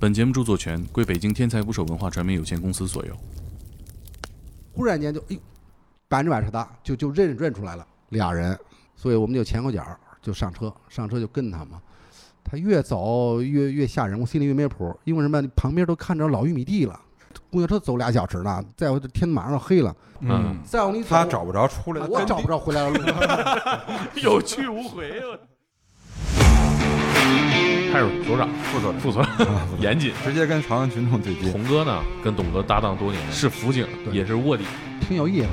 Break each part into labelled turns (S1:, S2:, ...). S1: 本节目著作权归北京天才捕手文化传媒有限公司所有。
S2: 忽然间就哎呦，百分之百是他，就就认认出来了俩人，所以我们就前后脚就上车，上车就跟他嘛。他越走越越吓人，我心里越没谱，因为什么？旁边都看着老玉米地了，公交车走俩小时呢，再我这天马上要黑了，
S1: 嗯
S2: 再往里走
S3: 他找不着出来的
S2: 啊
S3: 根地，
S2: 我找不着回来的路。
S1: 有去无回，
S4: 啊派出所长、
S3: 副所 长，
S4: 副所长严谨。
S3: 直接跟朝阳群众对
S1: 嗯
S3: 接。
S4: 童哥呢，跟董哥搭档多年，是辅警，
S2: 对
S4: 也是卧底。
S2: 挺有意思。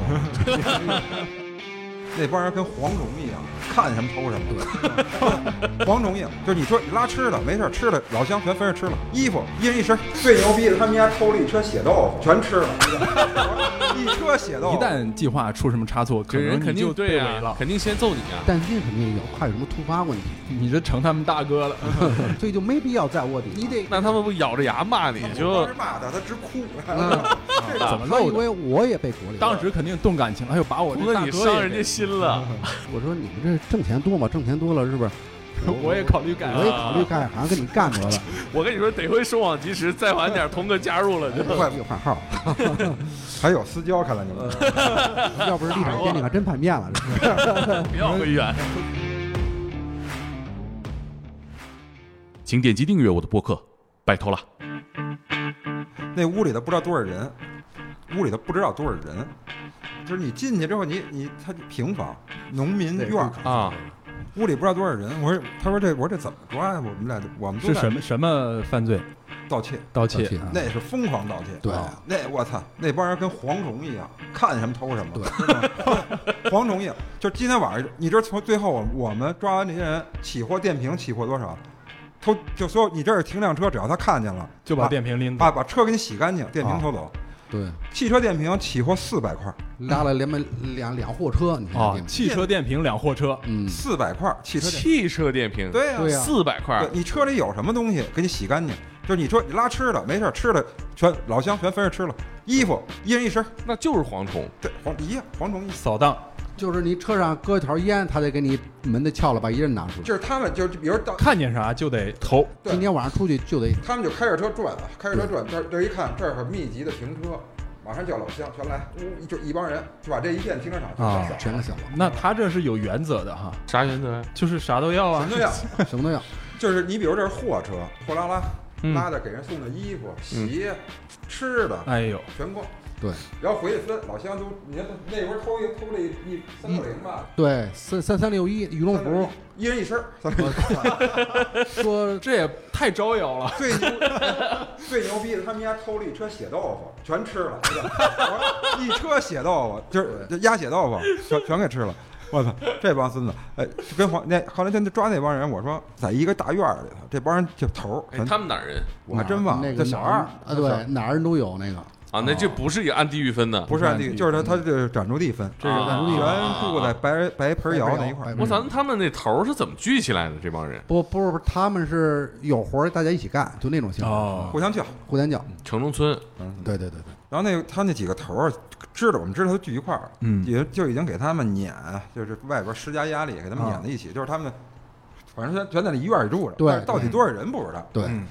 S3: 那帮人跟蝗虫一样，看什么偷什么。 蝗虫一样，就是你说你拉吃的没事儿，吃的老乡全分着吃了，衣服一人一身。最牛逼的，他们家偷了一车血豆腐，全吃了，一车血豆
S5: 一
S3: 腐。
S5: 旦计划出什么差错，可
S4: 这人
S5: 能
S4: 肯
S5: 你
S4: 定
S5: 就
S4: 对
S5: 被围
S4: 呀、
S5: 了。
S4: 肯定先揍你啊！
S2: 但这肯定有，还有什么突发问题，
S5: 你这成他们大哥了，
S4: 嗯
S2: 所以就没必要再卧底。你得
S4: 那他们不咬着牙骂你
S3: 我
S4: 就
S3: 当时骂他，他直哭。
S5: 怎
S2: 他
S5: 么漏
S2: 以
S5: 的？
S2: 为我也被国里。
S5: 当时肯定动感情，哎呦，把我
S4: 不
S5: 这
S4: 过
S5: 大
S4: 你
S5: 哥
S4: 伤
S5: 也
S4: 人家
S5: 给，
S4: 心了，
S2: 我说你们这挣钱多吗？挣钱多了是不是？
S5: 我也考虑改
S2: 我
S5: 了。
S2: 也考虑干，好像跟你干过 了。
S4: 我跟你说，得亏收网及时，再晚点童哥加入
S3: 哎
S4: 了就。
S2: 有饭号，
S3: 还有私交，看来你们。
S2: 要不是立场坚定，还啊真叛变了。这是
S4: 不要回远。
S1: 请点击订阅我的播客，拜托了。
S3: 那屋里头不知道多少人，屋里头不知道多少人，就是你进去之后，你你他平房农民院儿，
S4: 啊，
S3: 屋里不知道多少人。我说，他说这我说这怎么抓呀？我们俩就我们都
S5: 嗯是
S3: 在
S5: 什么嗯什么犯罪？
S3: 盗窃，
S5: 盗
S2: 小
S5: 窃
S2: 气。啊
S3: 那是疯狂盗窃。
S2: 对
S3: 啊那我操，那帮人跟蝗虫一样，看什么偷什么。
S2: 对
S3: 知道吗， 蝗虫一样。就是今天晚上，你知道从最后我我们抓完这些人，起获电瓶起获多少？偷就所有你这儿停辆车，只要他看见了，
S5: 就把电瓶啊拎走
S3: 把，把车给你洗干净，电瓶偷走。
S2: 对，
S3: 汽车电瓶起获四百块，
S2: 拉了连门两两货车，你看
S5: 啊
S2: 这，个，
S5: 汽车电瓶两货车，
S2: 嗯，
S3: 四百块汽车电瓶。
S4: 汽车电瓶，
S3: 对呀、啊
S2: 对呀
S4: 四百块
S1: 啊
S3: 对，你车里有什么东西，给你洗干净。就是你说你拉吃的，没事儿吃的全老乡全分着吃了，衣服一人一身，
S4: 那就是蝗虫。
S3: 对，蝗一样，蝗虫一样。
S5: 扫荡
S2: 就是你车上搁一条烟，他得给你门的撬了，把一人拿出去。
S3: 就是他们就是比如到
S5: 看见啥就得投。
S3: 对
S2: 今天晚上出去就得
S3: 他们就开着车转，啊开着车转，这儿这儿一看这儿很密集的停车，马上叫老乡全来，呜就一帮人就把这一片停车场
S5: 啊
S3: 全
S2: 全给小了，
S5: 那他这是有原则的哈，
S4: 啥原则？
S5: 就是啥都要啊
S3: 全。都要，
S2: 什么都要。
S3: 就是你比如这是货车，货拉拉
S4: 嗯
S3: 拉的给人送的衣服、鞋、吃的
S5: 哎呦，
S3: 全逛，
S2: 对，
S3: 然后回去分，老乡都你看那边偷一偷了一一三六零吧，
S2: 对，三三三六一羽绒服，
S3: 一人一身儿，
S2: 说
S5: 这也太招摇了。
S3: 最牛最牛 逼的，他们家偷了一车血豆腐，全吃了，我说 一车血豆腐就是鸭血豆腐，全全给吃了。我操，这帮孙子，哎，就跟黄那后来他就抓那帮人，我说在一个大院儿里头，这帮人就头儿，
S4: 哎，
S3: 全
S4: 他们哪儿人
S3: 我还真忘
S2: 那
S3: 了，
S2: 个
S3: 这小
S2: 哪儿
S3: 二
S2: 啊，对，哪儿人都有那个，
S4: 啊？那这不是也按地域分的？
S3: 不是按地，就是他他这展出地分，啊
S4: 这是
S3: 全
S4: 展出地
S3: 住在白白盆窑那一块儿嗯
S2: 白。
S4: 我操，那他们那头儿是怎么聚起来的？这帮人
S2: 不不是，他们是有活儿大家一起干，就那种性质，
S5: 哦
S3: 互，相叫，
S2: 互相叫。
S4: 城中村
S2: 对对对对，
S3: 然后那个他那几个头儿知道，我们知道他聚一块儿，
S5: 嗯
S3: 也就已经给他们撵，就是外边施加压力，给他们
S5: 啊
S3: 撵在一起，就是他们反正全全在那一院儿里住着，
S2: 对
S3: 但是到底多少人不知道。
S2: 对
S3: 嗯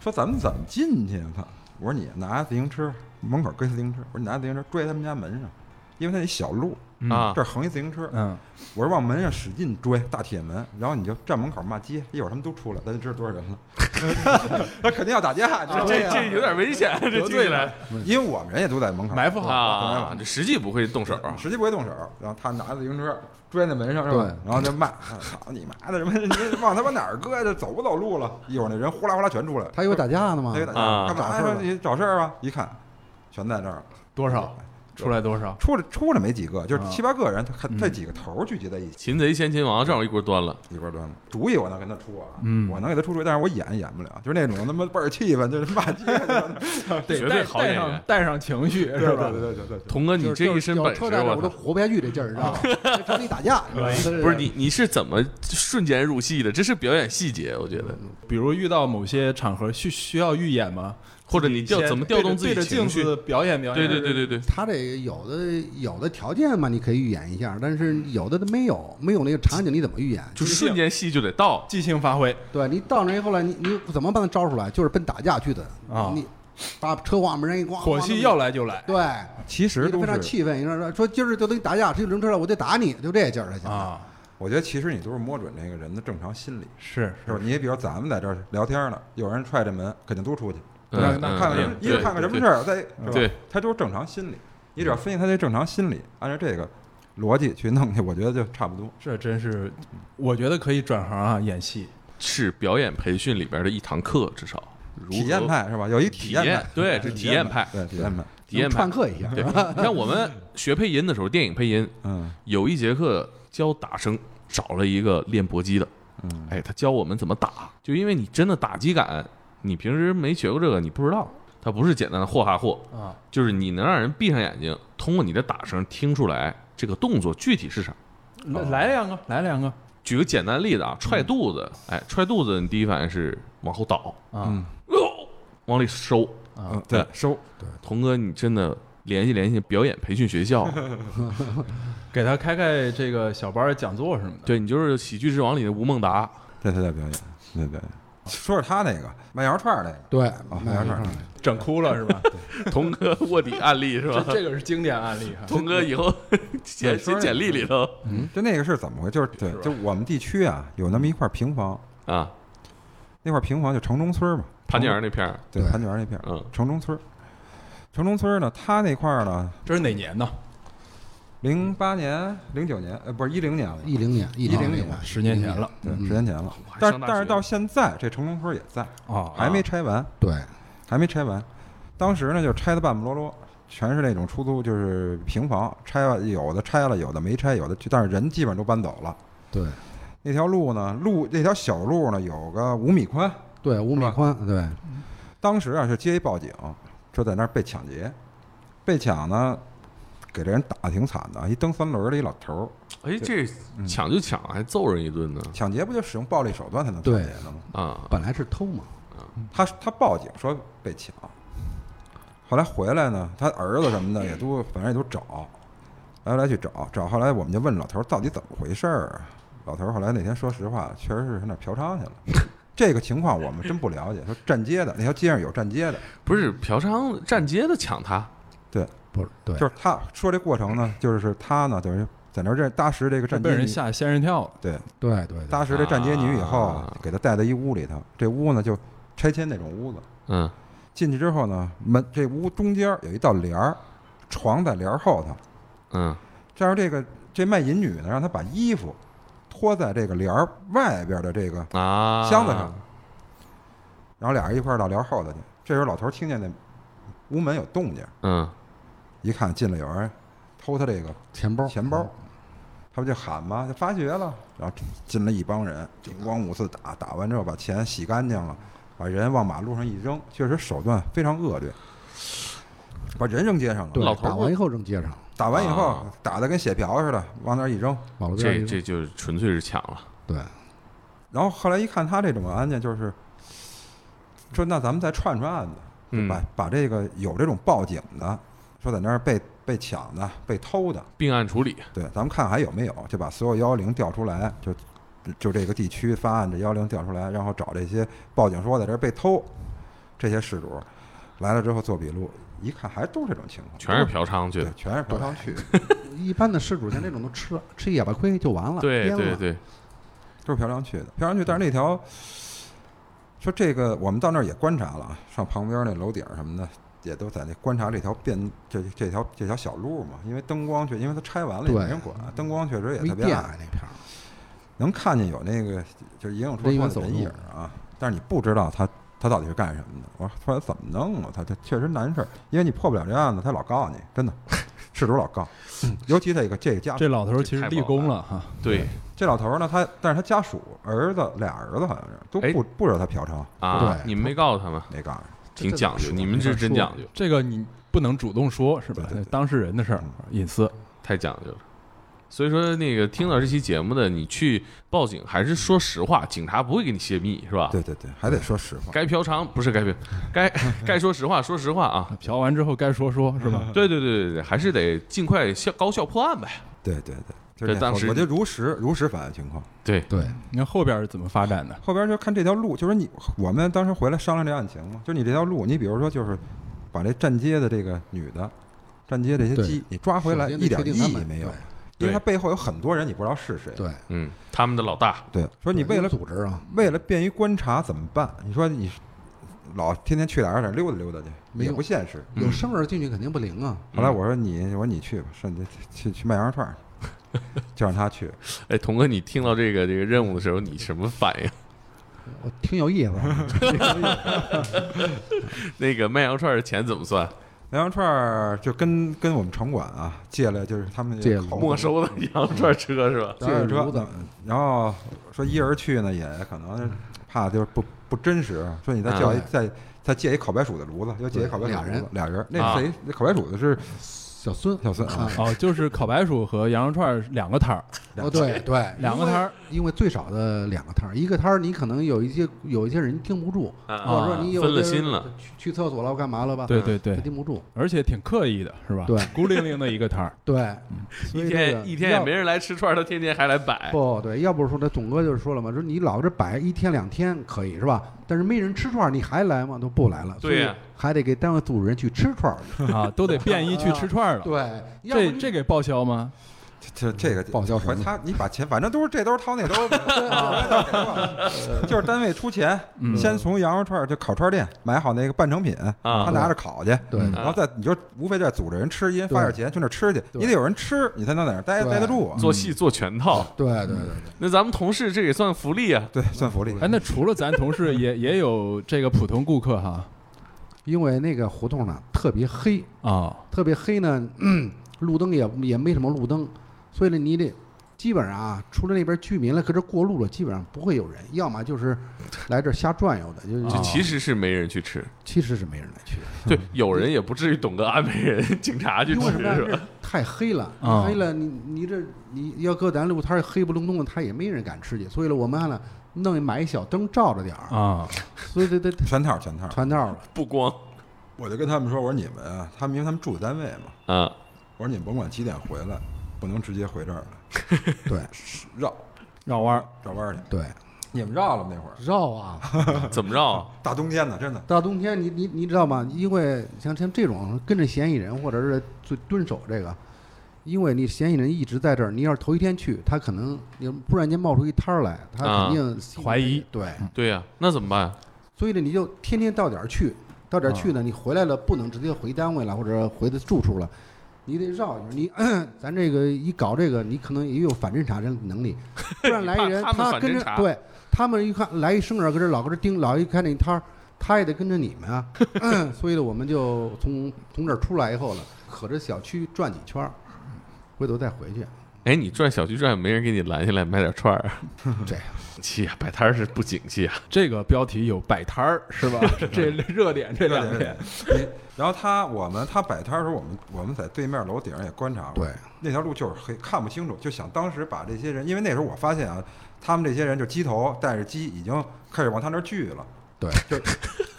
S3: 说咱们怎么进去啊？他我说你拿自行车，门口跟自行车，我说你拿自行车追他们家门上，因为他那小路
S4: 啊
S3: 这，儿横一自行车，
S5: 嗯，
S3: 我说往门上使劲追，大铁门，然后你就站门口骂街，一会儿他们都出来，咱就知道多少人了。 他肯定要打架，你知道吗
S4: 这这有点危险，这
S3: 啊
S4: 听起来
S3: 因为我们人也都在门口
S5: 埋伏好。
S4: 啊，这实际不会动手。
S3: 实际不会动手，然后他拿着自行车追在门上，是吧
S2: 对？
S3: 然后就骂：“操你妈的，什么你往他妈哪儿搁呀？这走不走路了？”一会儿那人呼啦呼啦全出来了，哎
S2: 他以为打架呢吗
S3: 他？有打
S4: 啊
S3: 架，干嘛
S2: 找事儿
S3: 呀？
S2: 了
S3: 你找事儿啊？一看，全在这儿了，
S5: 多少出来多少？
S3: 出来出来没几个，就是
S5: 啊
S3: 七八个人，他看这几个头儿聚集在一起，
S4: 擒贼先擒王，正好一锅端了。
S3: 一块儿端了。主意我能跟他出啊，
S5: 嗯
S3: 我能给他出主意，但是我演也演不了，就是那种他妈倍儿气愤，就是骂街，
S5: 得
S4: 绝
S5: 带
S4: 对好
S5: 带
S4: 演员
S5: 上带上情绪
S3: 对
S5: 是
S3: 对
S5: 吧？
S3: 对对对对。
S4: 童哥，
S2: 就
S4: 你
S2: 是
S4: 这一身
S2: 有
S4: 本事，
S2: 车站着我都
S4: 我操！
S2: 活不下去这劲儿，你知道吗？在城里打架，你知道吗
S4: 不是，你，你是怎么瞬间入戏的？这是表演细节，我觉得。
S5: 比如遇到某些场合需需要预演吗？
S1: 或者你调
S5: 先
S1: 怎么调动自己
S5: 对着对着
S1: 情
S5: 镜
S1: 绪？
S5: 子表演表
S1: 对
S5: 演，
S1: 对对对对，
S2: 他这有的有的条件嘛，你可以预演一下，但是有的没有，没有那个场景，你怎么预演？
S1: 就瞬间戏就得到。
S5: 即兴发挥
S2: 对你到那儿以后来，你你怎么把他招出来？就是奔打架去的
S5: 啊
S2: 你把车往门上一刮，
S5: 火气要来就来
S2: 对，
S3: 其实
S2: 你得
S3: 都
S2: 非常
S3: 是，
S2: 气愤，你说说今儿就跟你打架，谁有停车了我得打你，就这劲儿了。现在，
S5: 啊！
S3: 我觉得其实你都是摸准这个人的正常心理，
S5: 是
S3: 是吧？你比如咱们在这儿聊天呢，有人踹这门，肯定都出去，
S1: 嗯，
S3: 那看看什么
S1: 嗯
S3: 一是看看什么事，儿，再是吧
S1: 对，嗯
S3: 他都是正常心理，你只要分析他这正常心理，按照这个逻辑去弄去，我觉得就差不多。
S5: 这真是，我觉得可以转行啊，演戏。
S1: 是表演培训里边的一堂课，至少如何
S3: 体验派是吧？有一
S1: 体
S3: 体验派
S1: 验，， 对，是体验派，
S3: 对体验派，
S1: 体验
S2: 能
S1: 派
S2: 串。客一下，
S1: 对，你看我们学配音的时候，电影配音
S3: 嗯
S1: 有一节课教打声，找了一个练搏击的，
S3: 嗯，
S1: 哎，他教我们怎么打，就因为你真的打击感，你平时没学过这个，你不知道，它不是简单的霍哈霍
S5: 啊，
S1: 就是你能让人闭上眼睛，通过你的打声听出来这个动作具体是啥。
S5: 来来两个，来两个
S1: 举个简单例子啊，踹肚子，哎，踹肚子，你第一反应是往后倒，
S5: 啊
S1: 哦往里收。
S5: 啊
S3: 嗯，！对，收
S1: 童哥，你真的联系联系表演培训学校，
S5: 给他开开这个小班儿讲座什么的。
S1: 对你就是喜剧之王里的吴孟 达，
S3: 对对对表演，对对。说说他那个卖羊肉串儿那个，
S2: 对，
S3: 啊
S2: 卖
S3: 没事
S2: 羊
S3: 儿
S2: 肉串
S5: 整哭 了是吧？
S1: 童哥卧底案例是
S5: 这
S1: 吧？
S5: 这个是经典案例哈。
S1: 童哥以后写写 简历里头
S3: 就那个是怎么回事？就是对，就我们地区啊，有那么一块平房，
S1: 啊，
S3: 那块平房就城中村嘛，
S1: 潘家园那片儿，
S3: 对，
S2: 对
S3: 潘家园那片儿，
S1: 嗯，
S3: 城中村儿。城中村儿呢，他那块儿呢，
S5: 这是哪年呢？
S3: 零八年、零九年，呃，不是一零年了，
S2: 一零年，一
S3: 10
S2: 零
S3: 年
S2: 年，
S5: 啊十年前了
S3: 对，
S2: 嗯
S3: 十年前了。
S1: 我还
S3: 但
S1: 上大学
S3: 但是到现在，这城中村儿也在，
S5: 啊
S3: 还没拆完，
S2: 对，
S3: 还没拆完。当时呢，就拆的半不落落，全是那种出租，就是平房，拆了有的拆了，有的没拆，有的就但是人基本上都搬走了。
S2: 对，
S3: 那条路呢，路那条小路呢，有个五米宽。
S2: 对，五米宽，对，
S3: 当时啊，是接一报警，说在那儿被抢劫，被抢呢，给这人打得挺惨的，一蹬三轮儿的一老头儿。
S1: 哎，这
S3: 嗯
S1: 抢就抢，还揍人一顿呢
S3: 抢劫不就使用暴力手段才能抢
S2: 对
S3: 劫的吗？
S1: 啊！
S2: 本来是偷嘛，
S3: 他他报警说被抢，后来回来呢，他儿子什么的也都反正也都找，来来去找找，后来我们就问老头儿到底怎么回事儿啊？老头儿后来那天说实话，确实是上那儿嫖娼去了。这个情况我们真不了解，说站街的那条街上有站街的，
S1: 不是嫖娼站街的抢他，
S2: 不是对，
S3: 就是他说这过程呢，就是他呢等于在那儿认搭识这个站街
S5: 被人
S3: 女，
S5: 吓仙人跳了。
S3: 对，
S2: 对对对，
S3: 搭识这站街女以后啊
S1: 啊，
S3: 给他带到一屋里头，这屋呢就拆迁那种屋子，
S1: 嗯，
S3: 进去之后呢，门这屋中间儿有一道帘儿，床在帘儿后头。
S1: 嗯，
S3: 这样这个这卖淫女呢，让她把衣服脱在这个帘儿外边的这个，
S1: 啊，
S3: 箱子上然后俩人一块儿到帘儿后头去。这时候老头儿听见那屋门有动静，
S1: 嗯，
S3: 一看进来有人偷他这个
S2: 钱包
S3: 钱包，他不就喊吗？就发觉了，然后进来一帮人，就五光五四打，打完之后把钱洗干净了，把人往马路上一扔，确实手段非常恶劣，把人扔街上了。
S2: 对
S1: 老，头儿
S2: 打完以后扔街上，
S3: 打完以后、
S1: 啊
S3: 打的跟血瓢似的，往那儿一扔。
S2: 马路边儿
S1: 这
S2: 一
S1: 这就是纯粹是抢了，
S2: 对，
S3: 然后后来一看他这种案件，就是说那咱们再串串案子，
S1: 嗯，
S3: 把把这个有这种报警的，说在那儿被被抢的、被偷的，
S1: 并案处理，
S3: 对，咱们看还有没有，就把所有幺幺零调出来，就就这个地区发案这幺幺零调出来，然后找这些报警说在这儿被偷这些事主来了之后做笔录，一看还都是这种情况，
S1: 全是嫖娼去
S3: 对
S1: 的，，
S3: 全是嫖娼去，
S2: 一般的失主像这种都吃了，吃一哑巴亏就完了，
S1: 对
S2: 颠了
S1: 对对，
S3: 都是嫖娼去的，嫖娼去。但是那条，说这个我们到那儿也观察了啊，上旁边那楼顶什么的，也都在那观察这条变这这条这条小路嘛，因为灯光确，因为它拆完了也
S2: 对
S3: 没人管，啊灯光确实也
S2: 微
S3: 特别
S2: 店
S3: 暗，
S2: 那片儿，
S3: 能看见有那个就是影影绰
S2: 人员
S3: 绰
S2: 走
S3: 的
S2: 动
S3: 人影啊，但是你不知道他。他到底是干什么的？我说后来怎么弄啊？他这确实难事儿，因为你破不了这案子，他老告你， 真的，事主老告，
S2: 嗯
S3: 尤其这个啊这个家属
S5: 这老头儿其实立功了哈。
S1: 对
S3: 这老头儿呢，他但是他家属儿子俩儿子好像是都
S1: 哎
S3: 不不知道他嫖娼啊
S1: 啊，
S2: 对
S1: 你们没告诉他们，
S3: 那嘎、儿
S1: 挺讲究，你们这真讲究，
S5: 这个你不能主动说，是吧
S3: 对对对？
S5: 当事人的事儿
S3: 嗯，
S5: 隐私。
S1: 太讲究了，所以说，那个听到这期节目的，你去报警，还是说实话，警察不会给你泄密，是吧？
S3: 对对对，还得说实话。
S1: 该嫖娼不是该嫖，该该说实话，说实话啊。
S5: 嫖完之后该说说是 吧？
S1: 对对对对对，还是得尽快效高效破案呗。
S3: 对对对，就是
S1: 这
S3: 这
S1: 当时
S3: 我就如实如实反映情况。
S1: 对，
S2: 对，
S5: 你看后边是怎么发展的？
S3: 后边就看这条路，就是你我们当时回来商量这案情嘛，就是你这条路，你比如说就是把这站街的这个女的，站街这些
S2: 对
S3: 鸡，你抓回来
S2: 首先
S3: 一
S2: 得
S3: 点
S2: 确
S3: 意
S2: 定他
S3: 义
S2: 们
S3: 没有，因
S1: 对
S3: 为它背后有很多人你不知道是谁。
S2: 对，
S1: 嗯，他们的老大，
S3: 对，说你
S2: 对
S3: 为了
S2: 组织啊，
S3: 为了便于观察怎么办？你说你老天天去哪儿哪儿溜达溜达去，
S2: 没
S3: 也
S2: 用
S3: 不现实。
S1: 嗯
S2: 有生儿进去肯定不灵啊。
S3: 后来我说你，我说你去吧，说你去去卖羊肉串儿，就让他去。
S1: 哎，童哥，你听到这个这个任务的时候，你什么反应？
S2: 我挺有意思，
S1: 那个卖羊串的钱怎么算？
S3: 卖羊肉串儿就跟跟我们城管啊借了，就是他们
S2: 借了
S3: 好多
S1: 没收的羊肉串车是吧？
S2: 借
S3: 当然
S2: 炉
S3: 说
S2: 子，
S3: 然后说一人去呢，也可
S2: 嗯
S3: 能怕就是不不真实，说你再叫一
S2: 啊
S3: 再再借一烤白薯的炉子，又借一烤白薯的
S2: 俩人
S3: 炉子俩人，
S1: 啊
S3: 那谁那烤白薯的是
S2: 小孙，
S3: 小孙啊
S2: 啊，
S5: 哦，就是烤白薯和羊肉串儿两 个摊儿，
S2: 哦，对对，
S5: 两个摊儿，
S2: 因为最少的两个摊儿，一个摊儿你可能有一些有一些人盯不住，
S1: 啊，
S2: 或哦者说你有
S1: 分了
S2: 些
S1: 心了，
S2: 去去厕所了，干嘛了吧？
S5: 对对对
S2: 他，盯不住，
S5: 而且挺刻意的是吧？
S2: 对，
S5: 孤零零的一个摊 儿，
S2: 对，嗯所
S1: 一
S2: 以这个
S1: 天一天也
S2: 要
S1: 没人来吃串儿，他天天还来摆。
S2: 不对，要不是说那董哥就是说了嘛，说你老这摆一天两天可以是吧？但是没人吃串儿，你还来吗？都不来了，
S1: 对呀
S2: 所以还得给单位组织人去吃串儿去。
S5: 啊，都得便衣去吃串儿了。
S2: 对，要
S5: 这
S2: 不
S5: 这给报销吗？
S3: 这这个
S2: 报销什么
S3: 他你把钱，反正都是这兜儿掏那兜
S2: 啊
S3: 儿，就是单位出钱，
S5: 嗯
S3: 先从羊肉串儿就烤串店买好那个半成品，
S2: 啊
S1: 啊
S3: 他拿着烤去。
S2: 对
S5: 嗯
S3: 然后再你就无非再组织人吃，一人发点钱去那儿吃去，
S2: 对
S3: 你得有人吃，你才能在那儿待
S2: 对
S3: 待得住啊。
S1: 做戏做全套，
S2: 对对对对，
S1: 那咱们同事这也算福利啊。
S3: 对，算福利。
S5: 哎，那除了咱同事，也也有这个普通顾客哈
S2: 因为那个胡同呢特别黑，
S5: 啊，
S2: 特别黑呢， 路灯也也没什么路灯，所以呢你得。基本上啊，除了那边居民了，可是过路了，基本上不会有人，要么就是来这儿瞎转悠的，就是、
S5: 啊
S1: 就其实是没人去吃，
S2: 其实是没人来去的。
S1: 对，有人也不至于懂得安排人 警察去
S2: 因
S1: 吃
S2: 为什么呀？
S1: 是吧？
S2: 这太黑了，
S5: 啊
S2: 黑了，你你这你要搁咱路摊儿黑不隆咚的，他也没人敢吃去。所以呢，我们呢弄一买一小灯照着点儿，
S5: 啊，
S2: 所以得得
S3: 全套全套，
S2: 传道了。
S1: 不光
S3: 我就跟他们说，我说你们啊，他们因为他们住在单位嘛，
S1: 啊，
S3: 我说你们甭管几点回来，不能直接回这儿了，
S2: 对
S3: 绕
S5: 绕弯儿，
S3: 绕弯儿去。
S2: 对，
S3: 你们绕了那会儿，
S2: 绕啊！
S1: 怎么着啊？
S3: 大冬天的，真的
S2: 到冬天你你你知道吗？因为像像这种跟着嫌疑人或者是蹲蹲守这个，因为你嫌疑人一直在这儿，你要是头一天去，他可能你突然间冒出一摊儿来，他
S1: 啊
S2: 肯定心里
S5: 怀疑
S2: 对。
S1: 对呀、那怎么办啊？
S2: 所以呢，你就天天到点儿去，到点儿去呢，你回来了不能直接回单位了，或者回的住处了，你得绕一圈儿。你 咱这个一搞这个，你可能也有反侦查这能 力，突然来一人，
S1: 你怕他们反
S2: 跟
S1: 侦
S2: 着
S1: 查
S2: 对他们一看来一生人搁这老搁这盯，老一看那摊儿，他也得跟着你们啊。 所以呢，我们就从从这儿出来以后呢，可这小区转几圈儿，回头再回去。
S1: 哎，你转小区转，没人给你拦下来买点串儿啊？
S2: 这
S1: 气呀、摆摊儿是不景气啊！
S5: 这个标题有摆摊儿是 吧？这热点这两
S3: 热点，
S5: 点
S3: 你然后他我们他摆摊儿的时候，我们我们在对面楼顶上也观察过，
S2: 对，
S3: 那条路就是黑，看不清楚，就想当时把这些人，因为那时候我发现啊，他们这些人就鸡头带着鸡已经开始往他那儿聚了，
S2: 对，
S3: 就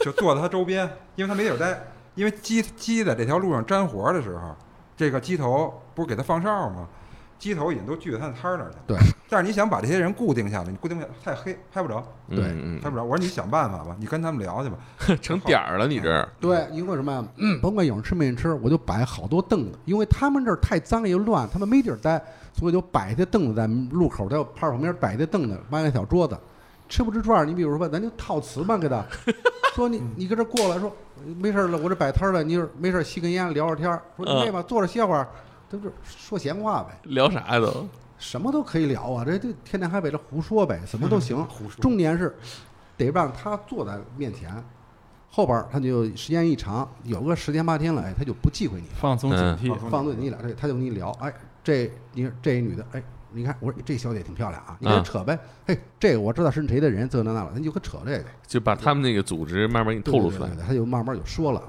S3: 就坐在他周边，因为他没地儿待，因为鸡鸡在这条路上沾活的时候，这个鸡头不是给他放哨吗？鸡头已经都聚在他的摊儿那儿去了，
S2: 对，
S3: 但是你想把这些人固定下来，你固定不下太黑，拍不着，
S2: 对
S1: 嗯
S3: 拍不着。我说你想办法吧，你跟他们聊去吧。
S1: 嗯、成点儿了，你这儿
S2: 对，因为什么呀？甭管有人吃没人吃，我就摆好多凳子，因为他们这儿太脏又乱，他们没地儿待，所以就摆一些凳子在路口，在我派出所旁边摆一些凳子，搬个小桌子。吃不吃串儿，你比如说吧，咱就套词嘛，给他说你你搁这过来说呃没事儿了，我这摆摊儿了，你就是没事儿吸根烟聊会儿天儿，说你累吧，坐着歇会儿，这不是说闲话呗，
S1: 聊啥呀都？
S2: 什么都可以聊啊，这这天南海北这胡说呗，什么都行。重点是得让他坐在面前，后边儿他就时间一长，有个十天八天了，哎，他就不忌讳你，
S5: 放松警惕
S3: 嗯
S2: 放纵你俩，这他就跟你聊，哎，这你这一女的，哎，你看我说这小姐挺漂亮啊，你跟她
S1: 嗯
S2: 扯呗，嘿，这个我知道是谁的人，这那那了，你就跟扯这个，
S1: 就把他们那个组织慢慢给你透露出来
S2: 对对对。对对他就慢慢就说了。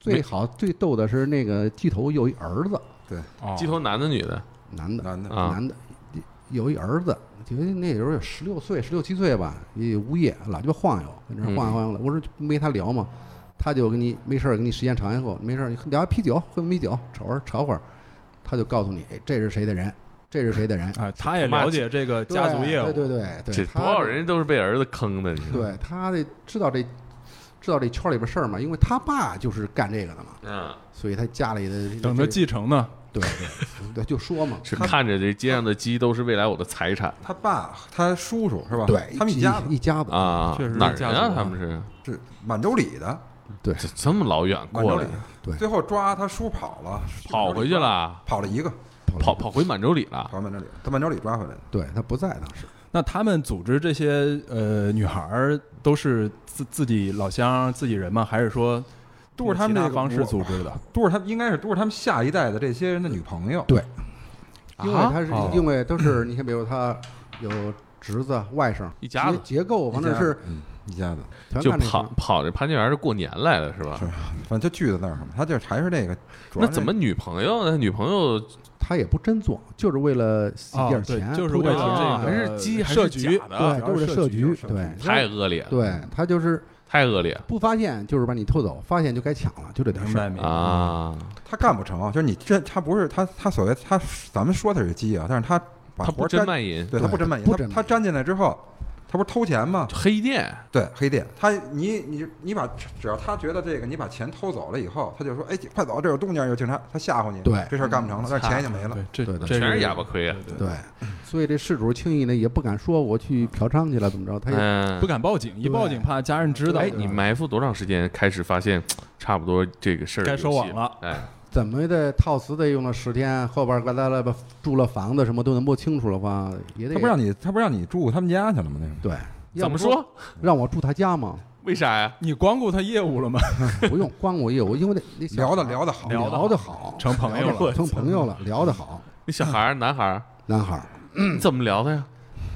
S2: 最好最逗的是那个鸡头有一儿子，
S3: 对，
S5: 哦
S1: 鸡头男的女的？
S2: 男的，
S3: 男的，
S1: 啊
S2: 男的，有一儿子，就那时候有十六岁、十六七岁吧，也无业，老鸡巴晃悠，在那儿晃悠晃悠了。我说就没他聊嘛，他就跟你没事儿，跟你时间长以后没事儿聊一啤酒，喝米酒，瞅会儿吵会儿，他就告诉你，哎，这是谁的人，这是谁的人，
S5: 啊，他也了解这个
S2: 对
S5: 家族业
S2: 对
S5: 务，
S2: 对对对，
S1: 这
S2: 他
S1: 多少人都是被儿子坑的，你说
S2: 对他得知道这知道这圈里边事儿嘛，因为他爸就是干这个的嘛，
S1: 嗯，
S2: 所以他家里的
S5: 等着
S2: 这
S5: 继承呢。
S2: 对对对，就说嘛，
S1: 是
S3: 他
S1: 看着这街上的鸡都是未来我的财产
S3: 他爸，他叔叔是吧？
S2: 对，
S3: 他们一家子
S2: 一家子，
S1: 啊
S5: 确实，是
S1: 哪儿
S5: 家
S1: 人
S5: 族
S1: 啊？
S5: 啊
S1: 他们是
S3: 是满洲里的，
S2: 对
S1: 这这么老远
S3: 满
S1: 过
S3: 洲里啊
S1: 来，
S2: 对
S3: 最后抓他叔跑了，
S1: 跑回去，了，
S3: 跑了一个，
S1: 跑跑回满洲里了。
S3: 跑满洲里，他满洲里抓回来的。
S2: 对他不在当时，
S5: 那他们组织这些呃女孩儿都是自自己老乡、自己人吗？还是说
S3: 都是他们
S5: 用
S3: 这
S5: 其
S3: 个
S5: 方式
S3: 我
S5: 组织的？
S3: 都是他们应该是都是他们下一代的这些人的女朋友。
S2: 对因为
S1: 啊
S2: 他是
S5: 哦
S2: 因为都是你看，比如他有侄子、外甥，
S1: 一家子
S2: 结构
S3: 一
S2: 反
S3: 家
S2: 正
S3: 子
S2: 是
S3: 嗯一家子，
S2: 全
S1: 就
S2: 干这
S1: 跑
S2: 行
S1: 跑这潘家园是过年来了是吧
S3: 是？反正就聚在那儿嘛。他就还是那个，主要
S1: 那
S3: 是
S1: 怎么女朋友呢？女朋友
S2: 他也不真做，就是为了洗
S5: 哦
S2: 点
S5: 对
S2: 钱，
S5: 就是
S2: 不
S5: 为
S2: 知
S5: 了
S2: 道
S5: 这个
S1: 啊还是鸡还
S5: 设
S1: 是
S5: 局
S1: 假的啊？
S2: 对，都是
S3: 主
S2: 设
S3: 要是设
S2: 局
S3: 局，设
S2: 对，
S1: 太恶劣了，
S2: 对他就是
S1: 太恶劣了
S2: 不发现就是把你偷走，发现就该抢了，就这点
S5: 明
S2: 事儿
S5: 白。明白。
S1: 啊！
S3: 他干不成？就是你这他不是他他所谓他咱们说他是鸡啊，但是他
S1: 他
S3: 把活
S1: 不
S3: 儿
S1: 真
S3: 沾，
S1: 卖淫，
S2: 对
S3: 对他不真卖淫，
S2: 不
S3: 他
S2: 真卖
S3: 他沾进来之后，他不是偷钱吗？
S1: 黑店
S3: 对，黑店，他你你你把只要他觉得这个你把钱偷走了以后，他就说哎快走，这有动静有警察，他吓唬你，
S2: 对
S3: 这事儿干不成了，但是钱已经没了。
S5: 对，这
S2: 对对
S5: 这
S1: 全是哑巴亏啊！
S5: 对，
S2: 对，所以这事主轻易呢也不敢说我去嫖娼去了怎么着，他也
S1: 嗯
S5: 不，敢报警，一报警怕家人知道。
S1: 哎，
S2: 对
S1: 你埋伏多长时间？开始发现差不多这个事儿
S5: 该收网
S1: 有戏
S5: 了。
S1: 哎，
S2: 怎么也得套词得用了十天，后边儿嘎达了吧住了房子什么都弄不清楚的话，也得
S3: 他不让你，他不让你住他们家去了吗？那个
S2: 对，要
S1: 怎
S2: 不
S1: 么说？
S2: 让我住他家吗？
S1: 为啥呀？
S5: 你光顾他业务了吗？
S2: 不用，光我业务，因为那那小
S3: 聊的
S2: 孩儿
S3: 聊的好，
S5: 聊得
S2: 聊得好，
S5: 成朋
S2: 聊
S5: 友
S2: 得
S5: 了
S2: 好成朋友了，嗯聊得好，
S1: 那小孩儿，男孩儿，
S2: 男孩儿
S1: 你怎么聊的呀？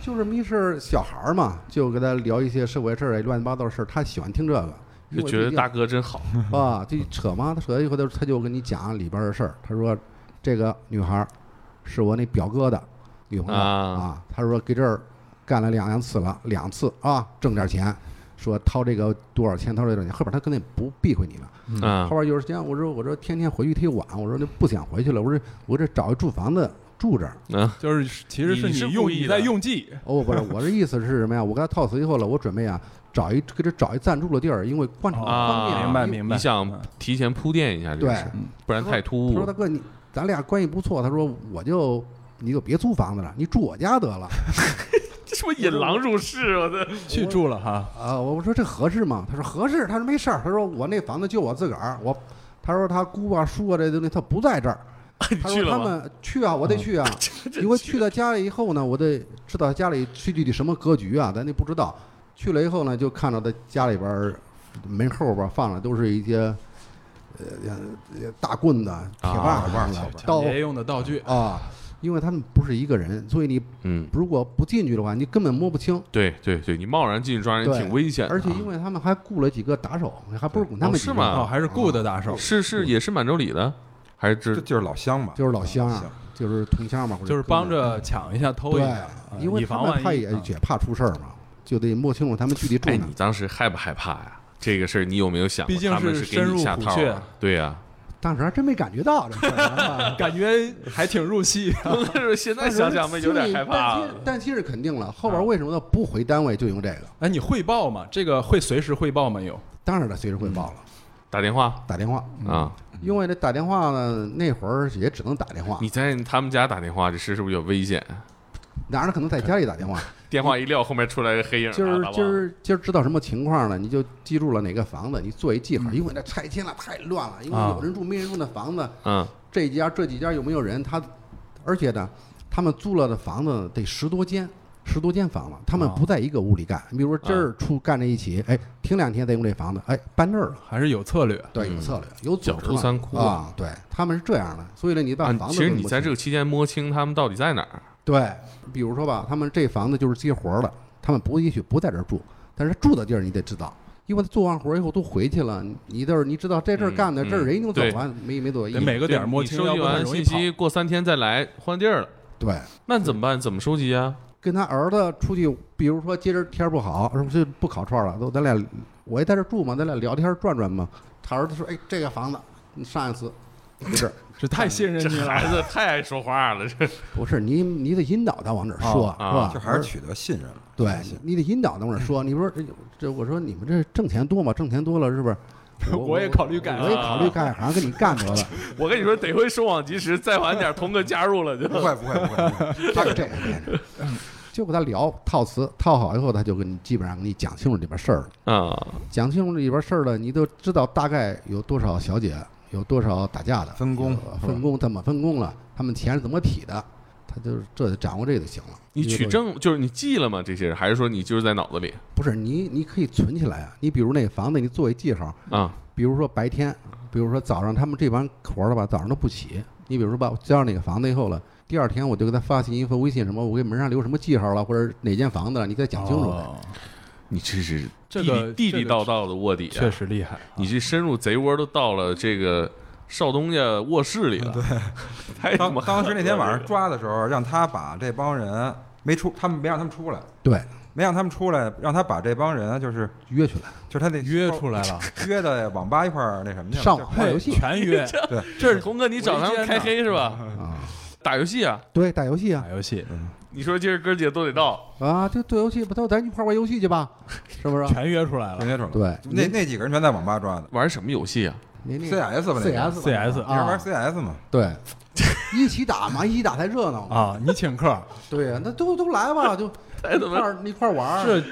S2: 就是没事儿小孩儿嘛，就跟他聊一些社会事儿、乱七八糟的事儿，他喜欢听这个，因
S1: 就
S2: 为
S1: 觉得
S2: 毕竟
S1: 大哥真好，
S2: 啊，这扯嘛，他扯完以后，他他就跟你讲里边的事儿。他说，这个女孩儿是我那表哥的女朋友
S1: 啊
S2: 啊他说给这儿干了两次了，两次啊，挣点钱，说掏这个多少钱，掏这个多少钱。后边他根本不避讳你了。
S1: 嗯
S5: 啊
S2: 后，边有时间，我说我说天天回去忒晚，我说就不想回去了，我说我这找一住房子住这 儿。
S1: 嗯，
S5: 就是其实
S1: 你是
S5: 你
S1: 故
S5: 用
S1: 意的
S5: 你在用计，
S2: 哦，不是，我这意思是什么呀？我跟他套词以后了，我准备啊找一给这找一暂住的地儿，因为观察方便
S1: 啊
S2: 嘛，
S5: 明白
S2: 因为
S5: 明白。
S1: 你想
S5: 嗯
S1: 提前铺垫一下这个
S2: 对
S1: 事儿，不然太突
S2: 他说
S1: 兀
S2: 大。哥，你咱俩关系不错。他说我就你就别租房子了，你住我家得了。
S1: 这什么引狼入室？啊我的，
S5: 去住了哈。
S2: 啊，我我说这合适吗？他说合适。他说没事儿。他说我那房子就我自个儿。我他说他姑啊叔啊这东西他不在这儿。他
S1: 去
S2: 说
S1: 了
S2: 他
S1: 吗
S2: 们去啊，我得去啊。因为去到家里以后呢，我得知道家里去具体什么格局啊，咱那不知道。去了以后呢，就看到他家里边儿门后边儿放的都是一些。呃呃，大棍子、铁
S1: 啊
S2: 把
S3: 铁把
S2: 子
S3: 铁、
S2: 刀
S5: 抢劫用的道具，
S2: 啊，因为他们不是一个人，所以你
S1: 嗯，
S2: 如果不进去的话，你根本摸不清。
S1: 对对对，你贸然进去抓人
S2: 对
S1: 挺危险的啊，
S2: 而且因为他们还雇了几个打手，还不是管他
S1: 哦
S2: 们
S1: 是
S2: 几个
S1: 吗
S5: 哦，还是雇的打手，
S1: 是是也是满洲里的，还是
S3: 这
S1: 这
S3: 就是老乡嘛，
S2: 就是老乡
S3: 老乡
S2: 啊，就是同乡嘛，或者
S5: 就是帮着抢一下、
S2: 哥
S5: 偷一
S2: 们
S5: 下
S2: 儿，
S5: 呃
S2: 嗯对，因为
S5: 以
S2: 他
S5: 防
S2: 们
S5: 万
S2: 他
S5: 一。
S2: 也
S5: 嗯
S2: 也怕出事儿嘛，就得摸清楚他们具体住
S1: 哎，
S2: 哪
S1: 你。当时害不害怕呀？这个事儿你有没有想过？
S5: 毕竟
S1: 他们
S5: 是
S1: 给
S5: 深
S1: 你
S5: 入
S1: 下
S5: 虎
S1: 套
S5: 穴
S1: 啊，对呀。
S2: 当时还真没感觉到这 事儿啊
S5: 感觉还挺入戏，啊
S1: 现在
S2: 但是
S1: 想想吧，有点害怕啊
S2: 但其实。但其实肯定了，后边为什么他不回单位就用这个？
S5: 哎，你汇报吗？这个会随时汇报吗？有
S2: 当然了，随时汇报了，
S1: 打电话
S2: 打电话。
S1: 啊，
S2: 因为这打电话呢，那会儿也只能打电话，
S1: 你在他们家打电话，这事是不是有危险？啊
S2: 哪能可能在家里打电 话？
S1: 电话一撂，后面出来个黑影啊。
S2: 今儿
S1: 老王
S2: 今儿今儿知道什么情况了，你就记住了哪个房子，你做一
S1: 嗯
S2: 记号，因为那拆迁了太乱了，因为
S5: 啊
S2: 有人住没人住那房子，
S1: 嗯，
S2: 这家这几家有没有人？他，而且呢，他们租了的房子得十多间，十多间房子，他们
S5: 啊
S2: 不在一个屋里
S1: 哦
S2: 干。你比如说这儿出干在一起，哎，停两天再用这房子，哎，搬这儿了。
S5: 还是有策略？
S2: 对，有
S1: 嗯
S2: 策略，有组
S1: 狡
S2: 织
S1: 兔
S2: 嘛
S1: 三窟
S2: 啊！对，他们是这样的，所以呢，你把
S1: 啊
S2: 房，子
S1: 其实
S2: 弄
S1: 你
S2: 不
S1: 在
S2: 清
S1: 这个期间摸清他们到底在哪儿。
S2: 对，比如说吧，他们这房子就是接活儿的，他们不也许不在这儿住，但是住的地儿你得知道，因为他做完活儿以后都回去了，你到时候你知道这阵儿干的，
S1: 嗯
S2: 这儿人已经走
S1: 对
S2: 完，没没走一
S5: 得每个点儿摸清，
S1: 你收
S5: 要
S1: 集
S5: 不很
S1: 完
S5: 容
S1: 信
S5: 易跑。
S1: 息，过三天再来换地儿了，
S2: 对，
S1: 那怎么办？怎么收集啊？
S2: 跟他儿子出去，比如说今儿天儿不好，说这不烤串儿了，都咱俩我也在这儿住嘛，咱俩聊天儿转转嘛。他儿子说：“哎，这个房子，你上一次不是
S5: 这太信任
S1: 这
S5: 你了。
S1: 孩子太爱说话了，这
S2: 不是，你你得引导他往这儿说，
S5: 哦
S1: 啊
S2: 是吧？
S3: 就还是取得信任了。
S2: 对
S3: 信任
S2: 你得引导他往这儿说。你不是这这，我说你们这挣钱多吗？挣钱多了是不是？
S5: 我也考虑干
S2: 我也考虑干一行，跟你干得了。
S4: 我跟你说，得亏收网及时，再晚点童哥加入了就。
S3: 不会不会不会，不 会
S2: 这个这个这个，就跟他聊套词，套好以后，他就跟你基本上跟你讲清楚里边事儿了，
S1: 啊，
S2: 讲清楚里边事儿了，你都知道大概有多少小姐，有多少打架的，
S3: 分工
S2: 呃分工怎么分工了，他们钱是怎么匹的，他就是这掌握这个就行了。
S1: 你
S2: 这个
S1: 取
S2: 东西
S1: 证就是你记了吗？这些人还是说你就是在脑子里
S2: 不是你，你可以存起来啊。你比如那个房子，你作为记号，
S1: 啊？
S2: 比如说白天，比如说早上他们这帮活儿的吧，早上都不起。你比如说吧，我交上那个房子以后了，第二天我就给他发信息、发微信什么，我给门上留什么记号了，或者哪间房子了，哎你给 他讲清楚呗。
S5: 哦
S1: 你这是
S5: 这
S1: 地
S5: 个
S1: 里地地道道的卧底啊！
S5: 确，实厉害。
S1: 你这深入贼窝都到了这个少东家卧室里了。对， 太他
S3: 当
S1: 妈
S3: 当时那天晚上抓的时候，让他把这帮人没出，他们没让他们出来，
S2: 对，
S3: 没让他们出来，让他把这帮人就是
S2: 约出来，
S3: 就是他得
S5: 约出来了，
S3: 约的网吧一块儿那什么去了，
S2: 上
S3: 就
S2: 网玩哦游戏
S5: 全约
S1: 这是童哥，你找他们开黑是吧？
S2: 啊，
S1: 打游戏啊？
S2: 对，打游戏啊
S5: 打游戏，
S1: 你说今儿哥姐都得到，
S2: 啊，就做游戏，不都咱一块儿玩游戏去吧，是不 是？
S5: 全约出来了。
S3: 全约出来了。
S2: 对，
S3: 那那几个人全在网吧抓的
S1: 玩什么游戏啊？
S2: 您那个
S3: ，CS 吧那个
S2: CS 吧
S5: CS
S3: 你是玩
S2: 啊，
S3: CS 吗？
S2: 对， 一起打嘛，一起打才热闹嘛。
S5: 啊，你请客，
S2: 对呀，那都都来吧，就
S1: 太
S2: 一
S1: 他
S2: 块
S1: 妈
S2: 儿一块儿玩儿。
S5: 这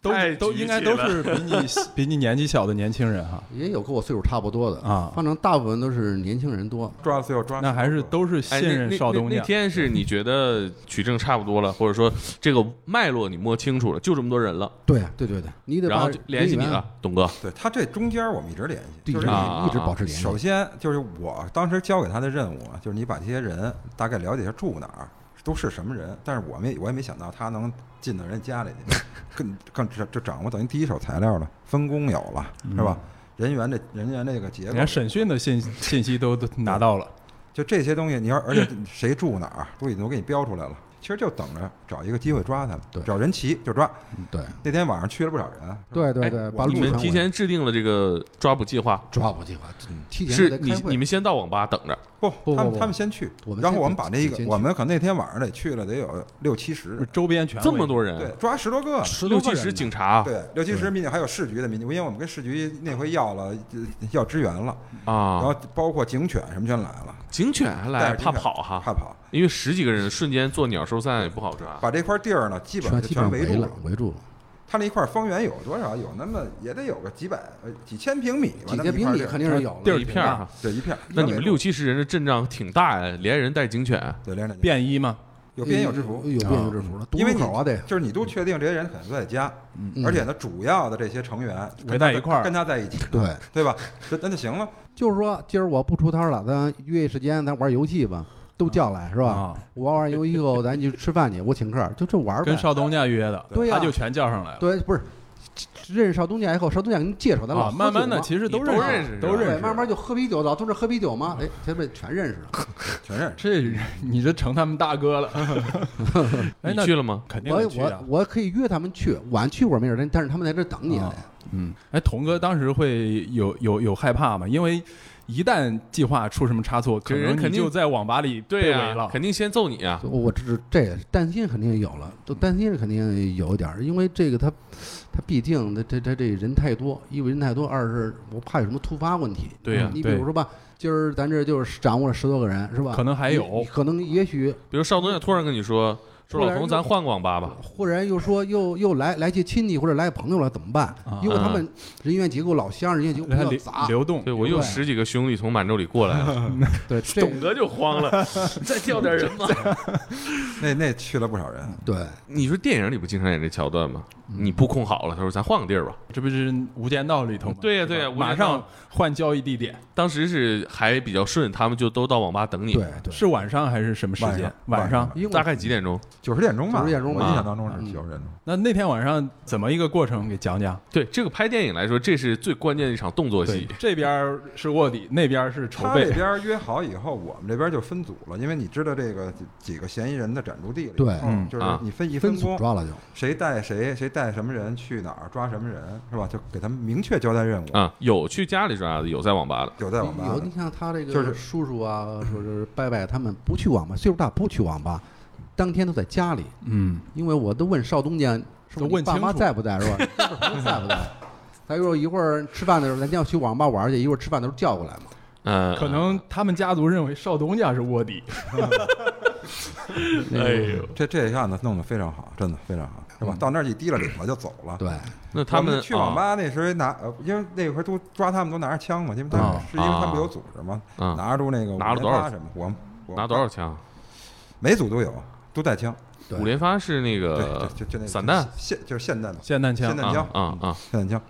S5: 都
S1: 太
S5: 都
S1: 局
S5: 应该
S1: 气
S5: 都
S1: 了
S5: 是比你比你年纪小的年轻 人哈，
S2: 也有跟我岁数差不多的
S5: 啊
S2: 反正大部分都是年轻人多。
S3: 抓了最后抓，
S5: 那还是都是信
S1: 哎，那
S5: 任
S1: 那
S5: 少东
S1: 那
S5: 家
S1: 那。天是你觉得取证差不多了，或者说这个脉络你摸清楚了，就这么多人了，
S2: 对对对对，你得
S1: 然
S2: 把
S1: 后就联系你
S2: 人员，
S1: 了，董哥。
S3: 对他这中间我们一直联系，
S2: 一
S3: 就
S2: 直
S3: 是
S1: 啊
S2: 一直保持联系
S3: 首。先就是我当时交给他的任务啊，就是你把这些人大概了解一下住哪儿，都是什么人。但是我没我也没想到他能进到人家里 去，更更这这掌握等于第一手材料了，分工有了是
S2: 嗯
S3: 吧？人员这人员这个结
S5: 你
S3: 构
S5: 看，审讯的信 信息都都拿到了，
S3: 就这些东西，你要而且谁住哪儿都已经都给你标出来了。其实就等着找一个机会抓他们
S2: 对，
S3: 找人齐就抓。
S2: 对
S3: 那天晚上去了不少人，
S2: 对对
S1: 哎
S2: 对，把
S3: 我
S2: 路
S1: 你们
S2: 全
S1: 提
S2: 我
S1: 前制定了这个抓捕计划，
S2: 抓捕计划，嗯提前
S1: 是
S2: 得
S1: 你
S2: 开会
S1: 你们先到网吧等着，
S3: 不，
S2: 不
S3: 他
S2: 不
S3: 们他们先去
S2: 我，们
S3: 然后
S2: 先
S3: 我们把那
S2: 先
S3: 个
S2: 去
S3: 我们可能那天晚上得去了得有六七十人，
S5: 周边全
S1: 这么
S5: 围
S1: 多
S2: 嗯
S3: 对
S1: 人，，啊
S3: 抓十多个。
S2: 十
S1: 六
S2: 多
S1: 七
S2: 个人
S1: 十
S2: 呢
S1: 警察
S3: 对，六七十民警，还有市局的民警，因为我们跟市局那回要了呃要支援了，然
S1: 啊
S3: 后，包括警犬什么全来了，
S1: 警犬还
S3: 带
S1: 来，
S3: 着警
S1: 怕
S3: 犬
S1: 跑
S2: 啊
S1: 哈，
S3: 怕跑，
S1: 因为十几个人瞬间做鸟兽散也不好抓。
S3: 把这块地儿呢基本
S2: 全
S3: 上
S2: 基
S3: 就
S2: 本上围
S3: 全围住
S2: 了，围住了，
S3: 他那一块方圆有多少？有那么也得有个几百、呃几千平米吧，
S2: 几
S3: 那么
S2: 千
S3: 一
S2: 平
S3: 块
S2: 米
S3: 地儿
S2: 肯定是有了
S1: 地儿一片儿哈，
S3: 对一片儿。
S1: 那你
S3: 全围
S1: 们
S3: 住
S1: 六七十人的阵仗挺大呀，连人带警犬，
S3: 对连着你
S5: 便衣吗？
S3: 有边有制服，
S2: 有边有制服了，堵
S3: 因为
S2: 路
S3: 你
S2: 口啊得，
S3: 就是你都确定这些人可能都在家，
S2: 嗯
S3: 而且呢主要的这些成员跟
S5: 围在
S3: 他
S5: 一块儿
S3: 跟他在一起，
S2: 对，
S3: 对吧？那那就行了。
S2: 就是说今儿我不出摊了，咱约一时间，咱玩游戏吧，都叫来是吧？
S5: 啊，
S2: 玩完游戏后，咱去吃饭去，我请客，就这玩儿呗
S5: 跟。少东家约的，
S2: 对呀
S5: 他就全叫上来了。
S2: 对，不是认识少东家以后，少东家给你介绍，咱老
S5: 啊，
S2: 喝
S5: 慢慢
S2: 酒
S5: 的
S2: 嘛
S5: 其实
S1: 你
S5: 都
S1: 都
S5: 认
S1: 认
S5: 识，
S1: 识
S5: 都
S1: 是吧
S5: 认
S2: 对，
S5: 识，嗯
S2: 慢慢就喝啤酒了，都是喝啤酒吗？哎，他们全认识了。
S3: 全认识。
S5: 这你这成他们大哥 了。哎，
S1: 你
S5: 那
S1: 去了吗？
S5: 肯定
S2: 我
S5: 得去啊
S2: 我。我可以约他们去，晚去会儿没准儿，但但是他们在这儿等你
S5: 啊
S2: 来。
S5: 嗯，哎，童哥当时会有有有害怕吗？因为一旦计划出什么差错，可
S1: 这人
S5: 能你
S1: 肯定
S5: 就在网吧里被
S1: 对
S5: 围
S1: 呀、
S5: 了。
S1: 肯定先揍你啊！
S2: 我我这是这也是担心肯定有了，都担心肯定有一点儿，因为这个他他毕竟这这这这人太多，一为人太多，二是我怕有什么突发问题。
S1: 对呀
S2: 你比如说吧，今儿咱这就是掌握了十多个人是吧？
S5: 可能还有
S2: 你可能也许
S1: 比如少东家突然跟你说，说
S2: 突
S1: 老
S2: 然
S1: 童，
S2: 就
S1: 咱换个网吧吧。
S2: 忽然又说又又来来些亲戚或者来朋友了，怎么办
S5: 啊？
S2: 因为他们人员结构老乡人员结构比
S5: 它
S2: 较
S5: 流
S2: 杂，
S5: 流动
S1: 对，我又十几个兄弟从满洲里过来了，
S2: 对 这
S4: 董哥就慌 了，再调点人吧。
S3: 那那去了不少人，
S2: 对
S1: 你说电影里不经常演这桥段吗？你布控好了，他说咱换个地儿吧。
S5: 这不是《无间道》里头吗？
S1: 对呀对呀
S5: 是吧
S1: 无间道
S5: 马上换交易地点，
S1: 当时是还比较顺，他们就都到网吧等你。
S2: 对对，
S5: 是晚上还是什么时
S3: 晚
S5: 间
S3: 上？
S5: 晚上
S2: 因为
S1: 大概几点钟？
S3: 九十点钟吧，
S2: 90点钟
S3: 我
S2: 吧
S3: 印象当中是
S2: 嗯
S3: 九十点钟。
S5: 那那天晚上怎么一个过程？给讲讲。
S1: 对这个拍电影来说，这是最关键的一场动作
S5: 对
S1: 戏，，
S5: 这边儿是卧底，那边儿是筹
S3: 他这
S5: 备。
S3: 边约好以后，我们这边就分组了，因为你知道这个几几个嫌疑人的暂住地了，
S2: 对
S3: 嗯，就是
S1: 啊
S3: 你分一
S2: 分
S3: 工
S2: 组，抓了就。
S3: 谁带谁，谁带什么人去哪儿抓什么人，是吧？就给他们明确交代任务。
S1: 啊、有去家里抓的，有在网吧的，
S3: 有在网吧
S2: 有
S3: 的
S2: 你，像他这
S3: 就是
S2: 个叔叔啊，说是伯伯他们不去网吧，岁数大不去网吧，当天都在家里。
S5: 嗯，
S2: 因为我都问少东家，是
S5: 都
S2: 不是
S5: 问
S2: 你爸妈
S5: 清楚
S2: 在不在是吧？你爸妈在不在？他说一会儿吃饭的时候，咱要去网吧玩去，一会儿吃饭的时候叫过来嘛。
S1: 嗯、
S5: 可能他们家族认为少东家是卧底。
S2: 那
S1: 哎
S2: 个
S1: 呦，
S3: 这这一下子弄得非常好，真的非常好，是
S2: 嗯
S3: 吧？到那儿一提了领了就走了。
S2: 对，
S1: 那他
S3: 我
S1: 们
S3: 去网
S1: 啊
S3: 吧那时候拿，呃因为那会儿都抓他们都拿着枪嘛，因为他们
S5: 啊
S3: 是因为他们有组织嘛，
S1: 啊
S3: 拿着那个
S1: 拿着
S3: 五连
S1: 多少
S3: 发什么，我们我们
S1: 拿多少枪？
S3: 每组都有，都带枪，
S2: 对
S1: 五连发是那
S3: 对，
S1: 个
S3: 就就就那个
S1: 呃散弹
S3: 现就是现弹嘛，
S5: 霰弹枪
S3: 霰，弹
S1: 啊
S3: 枪
S1: 啊啊，
S3: 现弹枪。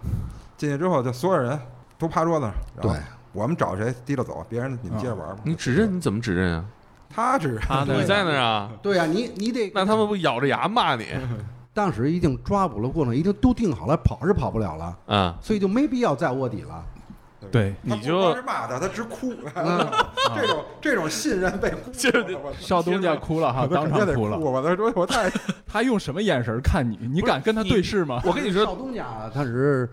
S3: 进去之后，就所有人都趴桌子上，然后
S2: 对
S3: 我们找谁提溜走，别人你们接着玩吧。嗯
S1: 你指认你怎么指认啊？
S3: 他指
S5: 他
S1: 嗯你在那儿啊？
S2: 对呀、你你得
S1: 那他们不咬着牙骂你？
S2: 当时已经抓捕了过程，已经都定好了，跑是跑不了了，
S1: 啊，
S2: 所以就没必要再卧底了。
S5: 对
S3: 他
S1: 你
S3: 不
S1: 就
S3: 光是骂他，他直哭。 这种这种信任 被哭
S1: 就是
S3: 了，我
S5: 少东家哭了哈，
S3: 我
S5: 啊当
S3: 肯定
S5: 场
S3: 得
S5: 哭
S3: 哭
S5: 了。
S3: 我他说我太
S5: 他用什么眼神看你？你敢跟他对视吗？
S1: 我跟你说，
S2: 少东家他是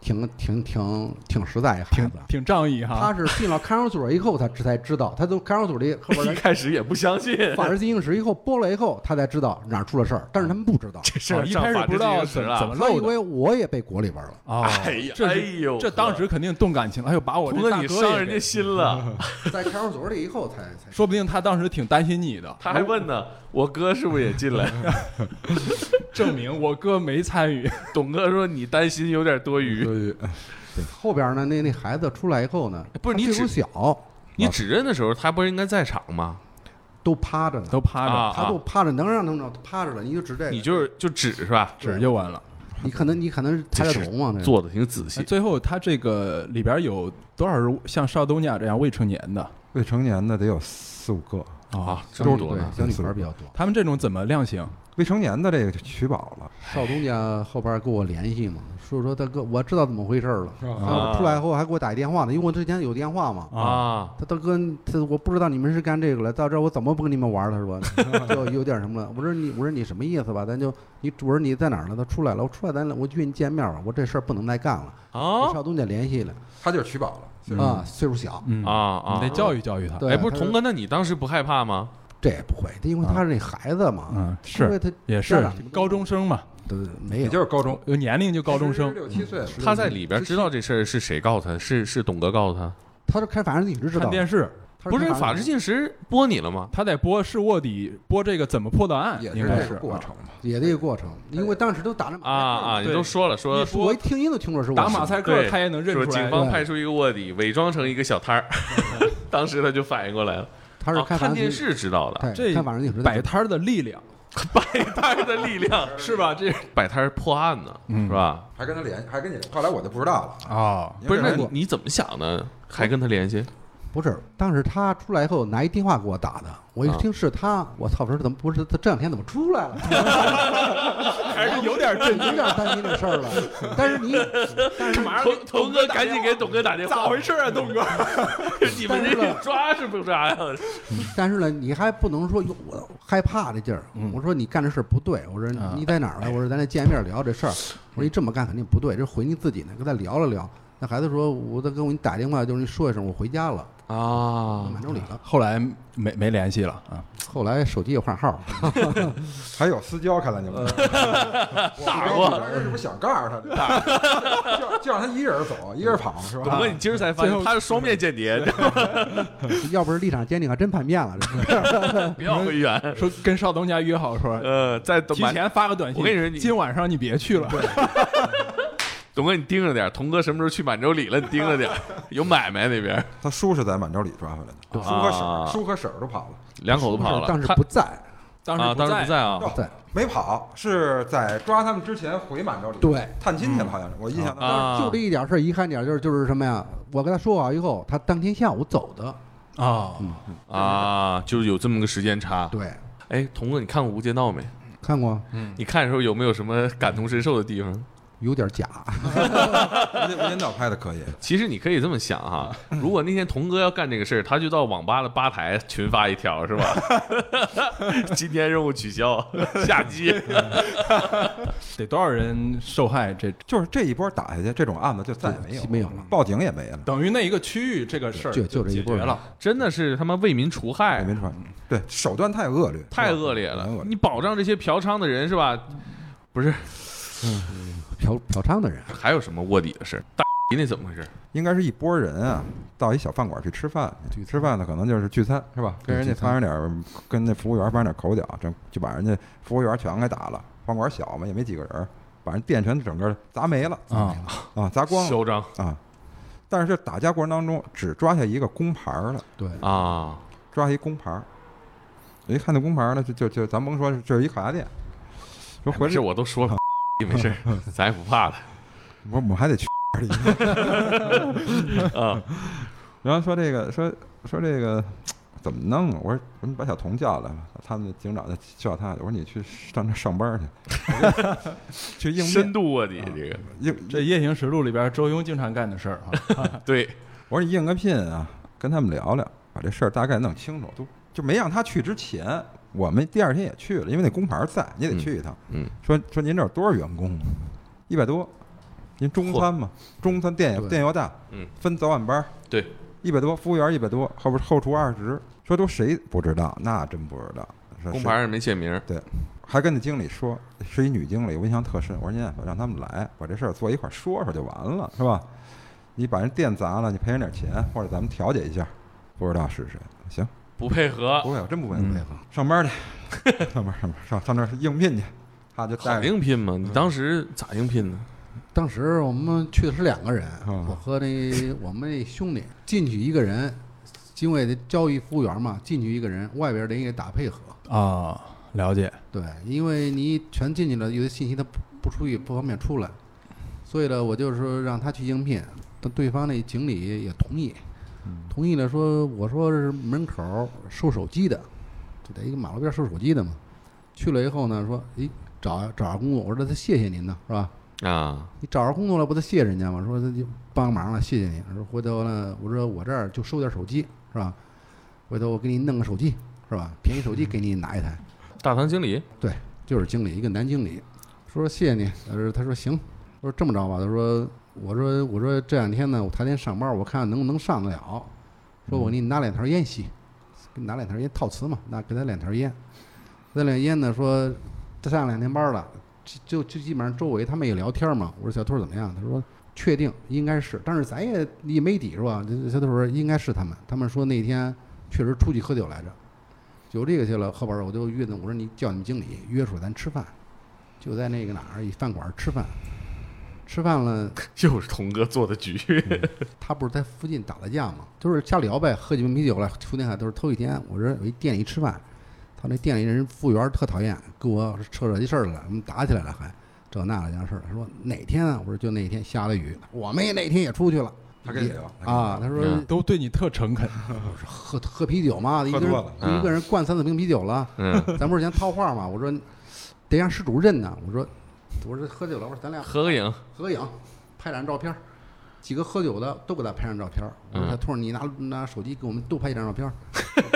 S2: 挺挺挺挺实在一孩
S5: 挺
S2: 子，
S5: 挺仗义哈
S1: 啊
S2: 他。是进了看守所以后才知才知道，他从看守所里后边哦
S1: 一
S2: 人
S1: 开始也不相信，
S2: 法制进行时以后剥了以后，他才知道哪儿出了事儿，但是他们不知道，
S1: 这事
S5: 哦
S1: 儿
S5: 一
S1: 上
S5: 开始
S1: 法
S5: 不
S1: 制
S5: 知道
S1: 进行时
S5: 怎
S1: 了
S5: 怎么
S2: 他以
S5: 漏的。
S2: 为我也被国里边了，
S5: 哦
S1: 哎呀，
S5: 这
S1: 哎
S5: 是
S1: 呦，
S5: 这当时肯定动感情了。哎呦，把我
S1: 童
S5: 这
S1: 哥
S5: 大
S1: 你
S5: 哥
S1: 伤
S5: 也
S1: 人家
S5: 给，
S1: 心了，
S2: 在看守所里以后才才
S5: 说不定他当时挺担心你的，
S1: 他还问呢，我哥是不是也进来？
S5: 证明我哥没参与。
S1: 董哥说你担心有点多余，
S2: 后边呢，那那孩子出来以后呢，
S1: 不是
S2: 他
S1: 你
S2: 岁数
S1: 指
S2: 小，
S1: 你指认的时候，他不是应该在场吗？
S2: 都趴着呢，
S5: 都趴着，
S1: 啊
S2: 他都趴着，能让他们趴着了，你就指这个，
S1: 你就是就指是吧？
S5: 指就完了。
S2: 你可能你可能是抬着头嘛，那
S1: 做的挺仔
S5: 哎
S1: 细，
S5: 最后他这个里边有多少是像少东家这样未成年的
S3: 未成年的得有四五个，
S1: 啊，这
S2: 都
S1: 么
S2: 是
S1: 多
S2: 对
S1: 呢，
S2: 小女孩比较多。
S5: 他们这种怎么量刑？
S3: 未成年的这个就取保了。
S2: 少东家后边跟我联系嘛，说说大哥，我知道怎么回事了。
S1: 啊
S2: 我出来后还给我打一电话呢，因为我之前有电话嘛。
S1: 啊，
S2: 他大哥，他我不知道你们是干这个了，到这儿我怎么不跟你们玩了？他说 就有点什么了。我说你，我说你什么意思吧？咱就你，我说你在哪儿呢？他出来了，我出来咱俩我约你见面吧。我这事儿不能再干了。
S1: 啊
S2: 跟少东家联系了
S3: 他就是取保了。
S2: 啊，岁数小，
S5: 嗯
S1: 啊，啊！
S5: 你得教育教育他。
S2: 对
S1: 哎，不是
S2: 他
S1: 童哥，那你当时不害怕吗？
S2: 这也不会，因为他是那孩子嘛，
S5: 嗯，
S2: 因为
S5: 是
S2: 他
S5: 也
S2: 家
S5: 是
S2: 长什么都
S5: 高中生嘛，
S2: 对对对没
S3: 也
S2: 有
S3: 就是高中
S5: 有年龄就高中生。
S3: 六七岁吧。
S1: 嗯他在里边知道这事儿是谁告他？是是董哥告他？
S2: 他是开法制进行知
S5: 看
S2: 道的，
S5: 电视，
S2: 他
S1: 不是
S2: 开
S1: 法制进时播你了吗？
S5: 他得播是卧底，播这个怎么破的案，
S3: 也
S5: 应
S3: 这
S5: 该
S3: 个
S5: 是
S3: 过
S5: 啊
S3: 程嘛。
S2: 也这个过程，因为当时都打着
S1: 啊
S2: 马赛克嘛
S1: 啊，你都说了说
S5: 一
S2: 是我一听音都听出来是我
S5: 打马赛克
S1: 对
S5: 他也能认
S1: 说
S5: 出来
S1: 警。方派出一个卧底，伪装成一个小摊儿， 当时他就反应过来了，
S2: 他是
S1: 哦
S2: 看
S1: 看
S2: 完
S1: 电，视知道的，
S2: 对，
S5: 这
S2: 看晚上影视
S5: 摆摊儿的力量
S1: 摆摊儿的力量
S5: 是吧？这
S1: 摆摊儿破案呢，
S5: 嗯
S1: 是吧？
S3: 还跟他联系，还跟你，后来我就不知道了。
S5: 啊，
S1: 不是，那
S3: 因为
S1: 你你怎么想的？还跟他联系？
S2: 不是，当时他出来以后拿一电话给我打的，我
S1: 啊
S2: 一听是他，我操，我说怎么不是他这两天怎么出来了？
S5: 还是有点
S2: 这有点担心这事儿了。但 是你，但是
S1: 童童哥赶紧给董哥打电话，咋回事啊，董哥？你们这抓是不抓呀？
S2: 嗯但是呢，你还不能说哟，我害怕这劲儿。
S1: 嗯
S2: 我说你干这事儿不对，我说
S5: 啊
S2: 你在哪儿呢？我说咱俩见面聊这事儿。我说你这么干肯定不对，这回你自己呢，跟他聊了聊。那孩子说，我再跟我你打电话，就是你说一声我回家了，
S1: 啊
S2: 满洲里了。
S5: 后来没没联系了啊。
S2: 后来手机也换号了。
S3: 还有私交，看来你们
S1: 打
S3: 我
S1: 过
S3: 当时是不是想告诉他这个，就就让他一人走，一人跑，是
S1: 董
S3: 吧
S1: 哥，？你今儿才发
S5: 最
S1: 现
S5: 后
S1: 他是双面间谍，
S2: 要不是立场坚定，还真叛变了。这是
S1: 不要 回远。
S5: 说跟少东家约好说，
S1: 呃，在董
S5: 提前发个短信，
S1: 我跟你说你
S5: 今晚上你别去了。
S1: 董哥，你盯着点儿，童哥什么时候去满洲里了？你盯着点儿，有买卖那边。
S3: 他叔是在满洲里抓回来的，叔和
S1: 啊
S3: 婶，叔和婶儿都跑了，
S1: 两口子跑了，
S2: 当时
S1: 他
S2: 不在，
S5: 当
S1: 啊，
S5: 时
S1: 当时不
S5: 在，
S1: 在啊
S3: 哦
S2: 在
S3: 没跑，是在抓他们之前回满洲里，
S2: 对，
S3: 探亲去了，好像是我印象当中。
S1: 啊，
S2: 就这一点事儿，遗憾点就是就是什么呀？我跟他说啊好以后，他当天下午走的。
S5: 啊，
S1: 啊，就是有这么个时间差。
S2: 对，
S1: 哎，童哥，你看过《无间道》没？
S2: 看过，
S1: 你看的时候有没有什么感同身受的地方？
S2: 有点假，
S3: 无间无间道拍的可以，
S1: 其实你可以这么想哈，如果那天童哥要干这个事儿，他就到网吧的吧台群发一条是吧？ 今天任务取消，下机。
S5: 得多少人受害？这
S3: 就是这一波打下去，这种案子就再也没有
S2: 没有了
S3: 报警也没了。
S5: 等于那一个区域这个事儿
S2: 就就这一
S5: 解
S2: 波
S5: 决
S2: 人
S5: 了。
S1: 真的是他妈为民除害
S3: 也，没传，对手段太恶劣，
S1: 哎太恶劣
S3: 太
S1: 了
S3: 恶！劣
S1: 你保障这些嫖娼的人是吧？不是，
S2: 嫖嫖娼的人，
S1: 还有什么卧底的事儿？大 那怎么回事？
S3: 应该是一拨人啊，到一小饭馆去吃饭
S2: 聚，餐
S3: 吃饭呢可能就是聚餐是吧？
S2: 对
S3: 跟人家
S2: 聚餐
S3: 发生点儿，跟那服务员发生点口角，这就把人家服务员全给打了。饭馆小嘛，也没几个人儿，把人店全整个砸没了
S5: 啊，
S3: 啊，砸光了
S1: 嚣张
S3: 啊。但是打架过程当中，只抓下一个工牌儿了，
S2: 对，
S1: 啊！
S3: 抓一工牌儿。我一看那工牌儿呢，就就就咱甭说，就是一烤鸭店。说回
S1: 没
S2: 哎
S3: 来
S1: 事，我都说了， 没事儿，咱也不怕的
S3: 我我们还得去
S1: 啊。
S3: 然后说这个说说这个怎么弄啊？我说我说你把小童叫来吧，他们警长就叫他，我说你去上那上班去， 去应
S1: 深
S3: 变
S1: 度卧底这个，
S3: 应
S5: 这《夜行实录》里边周庸经常干的事儿啊，
S1: 对，
S3: 我说你应个聘啊，跟他们聊聊，把这事儿大概弄清楚。都就没让他去之前，我们第二天也去了，因为那工牌在，你也得去一趟。
S1: 嗯嗯
S3: 说说您这儿有多少员工啊？一百多。您中餐嘛，中餐店
S2: 对
S3: 也店又大，
S1: 嗯，
S3: 分早晚班儿，
S1: 对，
S3: 一百多，服务员一百多，后边后厨二十，说都谁不知道？那真不知道。说
S1: 工
S3: 是
S1: 牌儿也没签名儿，
S3: 还跟那经理说，是一女经理，我印象特深。我说您啊让他们来，把这事儿坐一块儿说说就完了，是吧？你把人店砸了，你赔人点钱，或者咱们调解一下。不知道是谁，行，
S1: 不配合，
S3: 不会，我真不会，
S5: 嗯
S2: 配合
S3: 上班去，上班上班上上那儿应聘去。他就带
S1: 好
S3: 着
S1: 应聘吗？你当时咋应聘呢？
S2: 当时我们去的是两个人，
S5: 啊
S3: 嗯
S2: 我和那我们那兄弟进去一个人，因为交易服务员嘛，进去一个人，外边得给打配合。
S5: 啊，了解，
S2: 对，因为你全进去了，有些信息他不不出去，不方便出来，所以呢，我就是说让他去应聘，但对方那经理也同意，同意了说，我说是门口儿收手机的，就在一个马路边儿收手机的嘛，去了以后呢，说，诶，找找着工作，我说他谢谢您呢，是吧？
S1: 啊，
S2: 你找着工作了，不得谢人家吗？说他就帮忙了，谢谢你。说回头呢，我说我这儿就收点手机，是吧？回头我给你弄个手机，是吧？便宜手机给你拿一台，
S1: 大堂经理
S2: 就是经理，一个男经理。说谢谢你，他说他说行，我说这么着吧，他说我说我说这两天呢，我白天上班，我看能不能上得了。说我给你拿两条烟吸，给你拿两条烟套词嘛，那给他两条烟，那两烟呢说他上两天班了，就就就基本上周围他们也聊天嘛。我说小兔儿怎么样？他说确定应该是，但是咱也也没底是吧？这小兔儿说应该是他们，他们说那天确实出去喝酒来着，有这个去了。后边儿我就约他，我说你叫你们经理约出来咱吃饭，就在那个哪儿一饭馆儿吃饭，吃饭了。
S1: 又是童哥做的局，
S2: 他不是在附近打的架嘛，就是瞎聊呗，喝几瓶啤酒了，出那海都是头一天。我说有一店里吃饭，他那店里人服务员特讨厌，跟我扯惹起事儿来了，我们打起来了还这那的件事儿。他说哪天啊？我说就那天下了雨，我们也那天也出去了。
S3: 他跟你聊
S2: 也啊，他说
S1: 嗯
S5: 都对你特诚恳，
S2: 喝喝啤酒嘛，一个人
S3: 多了
S1: 嗯
S2: 一个人灌三四瓶啤酒了。
S1: 嗯，
S2: 咱不是嫌套话嘛？我说得让施主认呐。我说我说喝酒了，我说咱 俩
S1: 合个影，
S2: 合影，拍张照片儿。几个喝酒的都给他拍张照片儿。我说
S1: 嗯
S2: 小兔儿，你拿拿手机给我们都拍一张照片儿，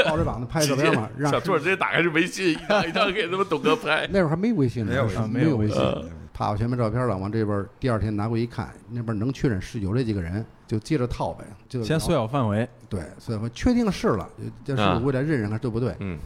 S2: 抱着膀 子拍照片儿嘛。让
S1: 小兔儿直接打开是微信，一张一张给他们董哥拍，
S2: 那会儿还没微信呢，
S3: 没有
S2: 是吧
S5: 没
S2: 没
S5: 有
S2: 微
S5: 微
S2: 信，
S3: 嗯
S2: 啪，我全拍照片了。往这边儿第二天拿过一看，那边儿能确认是有这几个人，就接着套呗，就
S5: 先缩
S2: 算
S5: 小范围，
S2: 对，所以说确定是了，就就是
S1: 啊
S2: 为了认认看对不对。
S1: 嗯，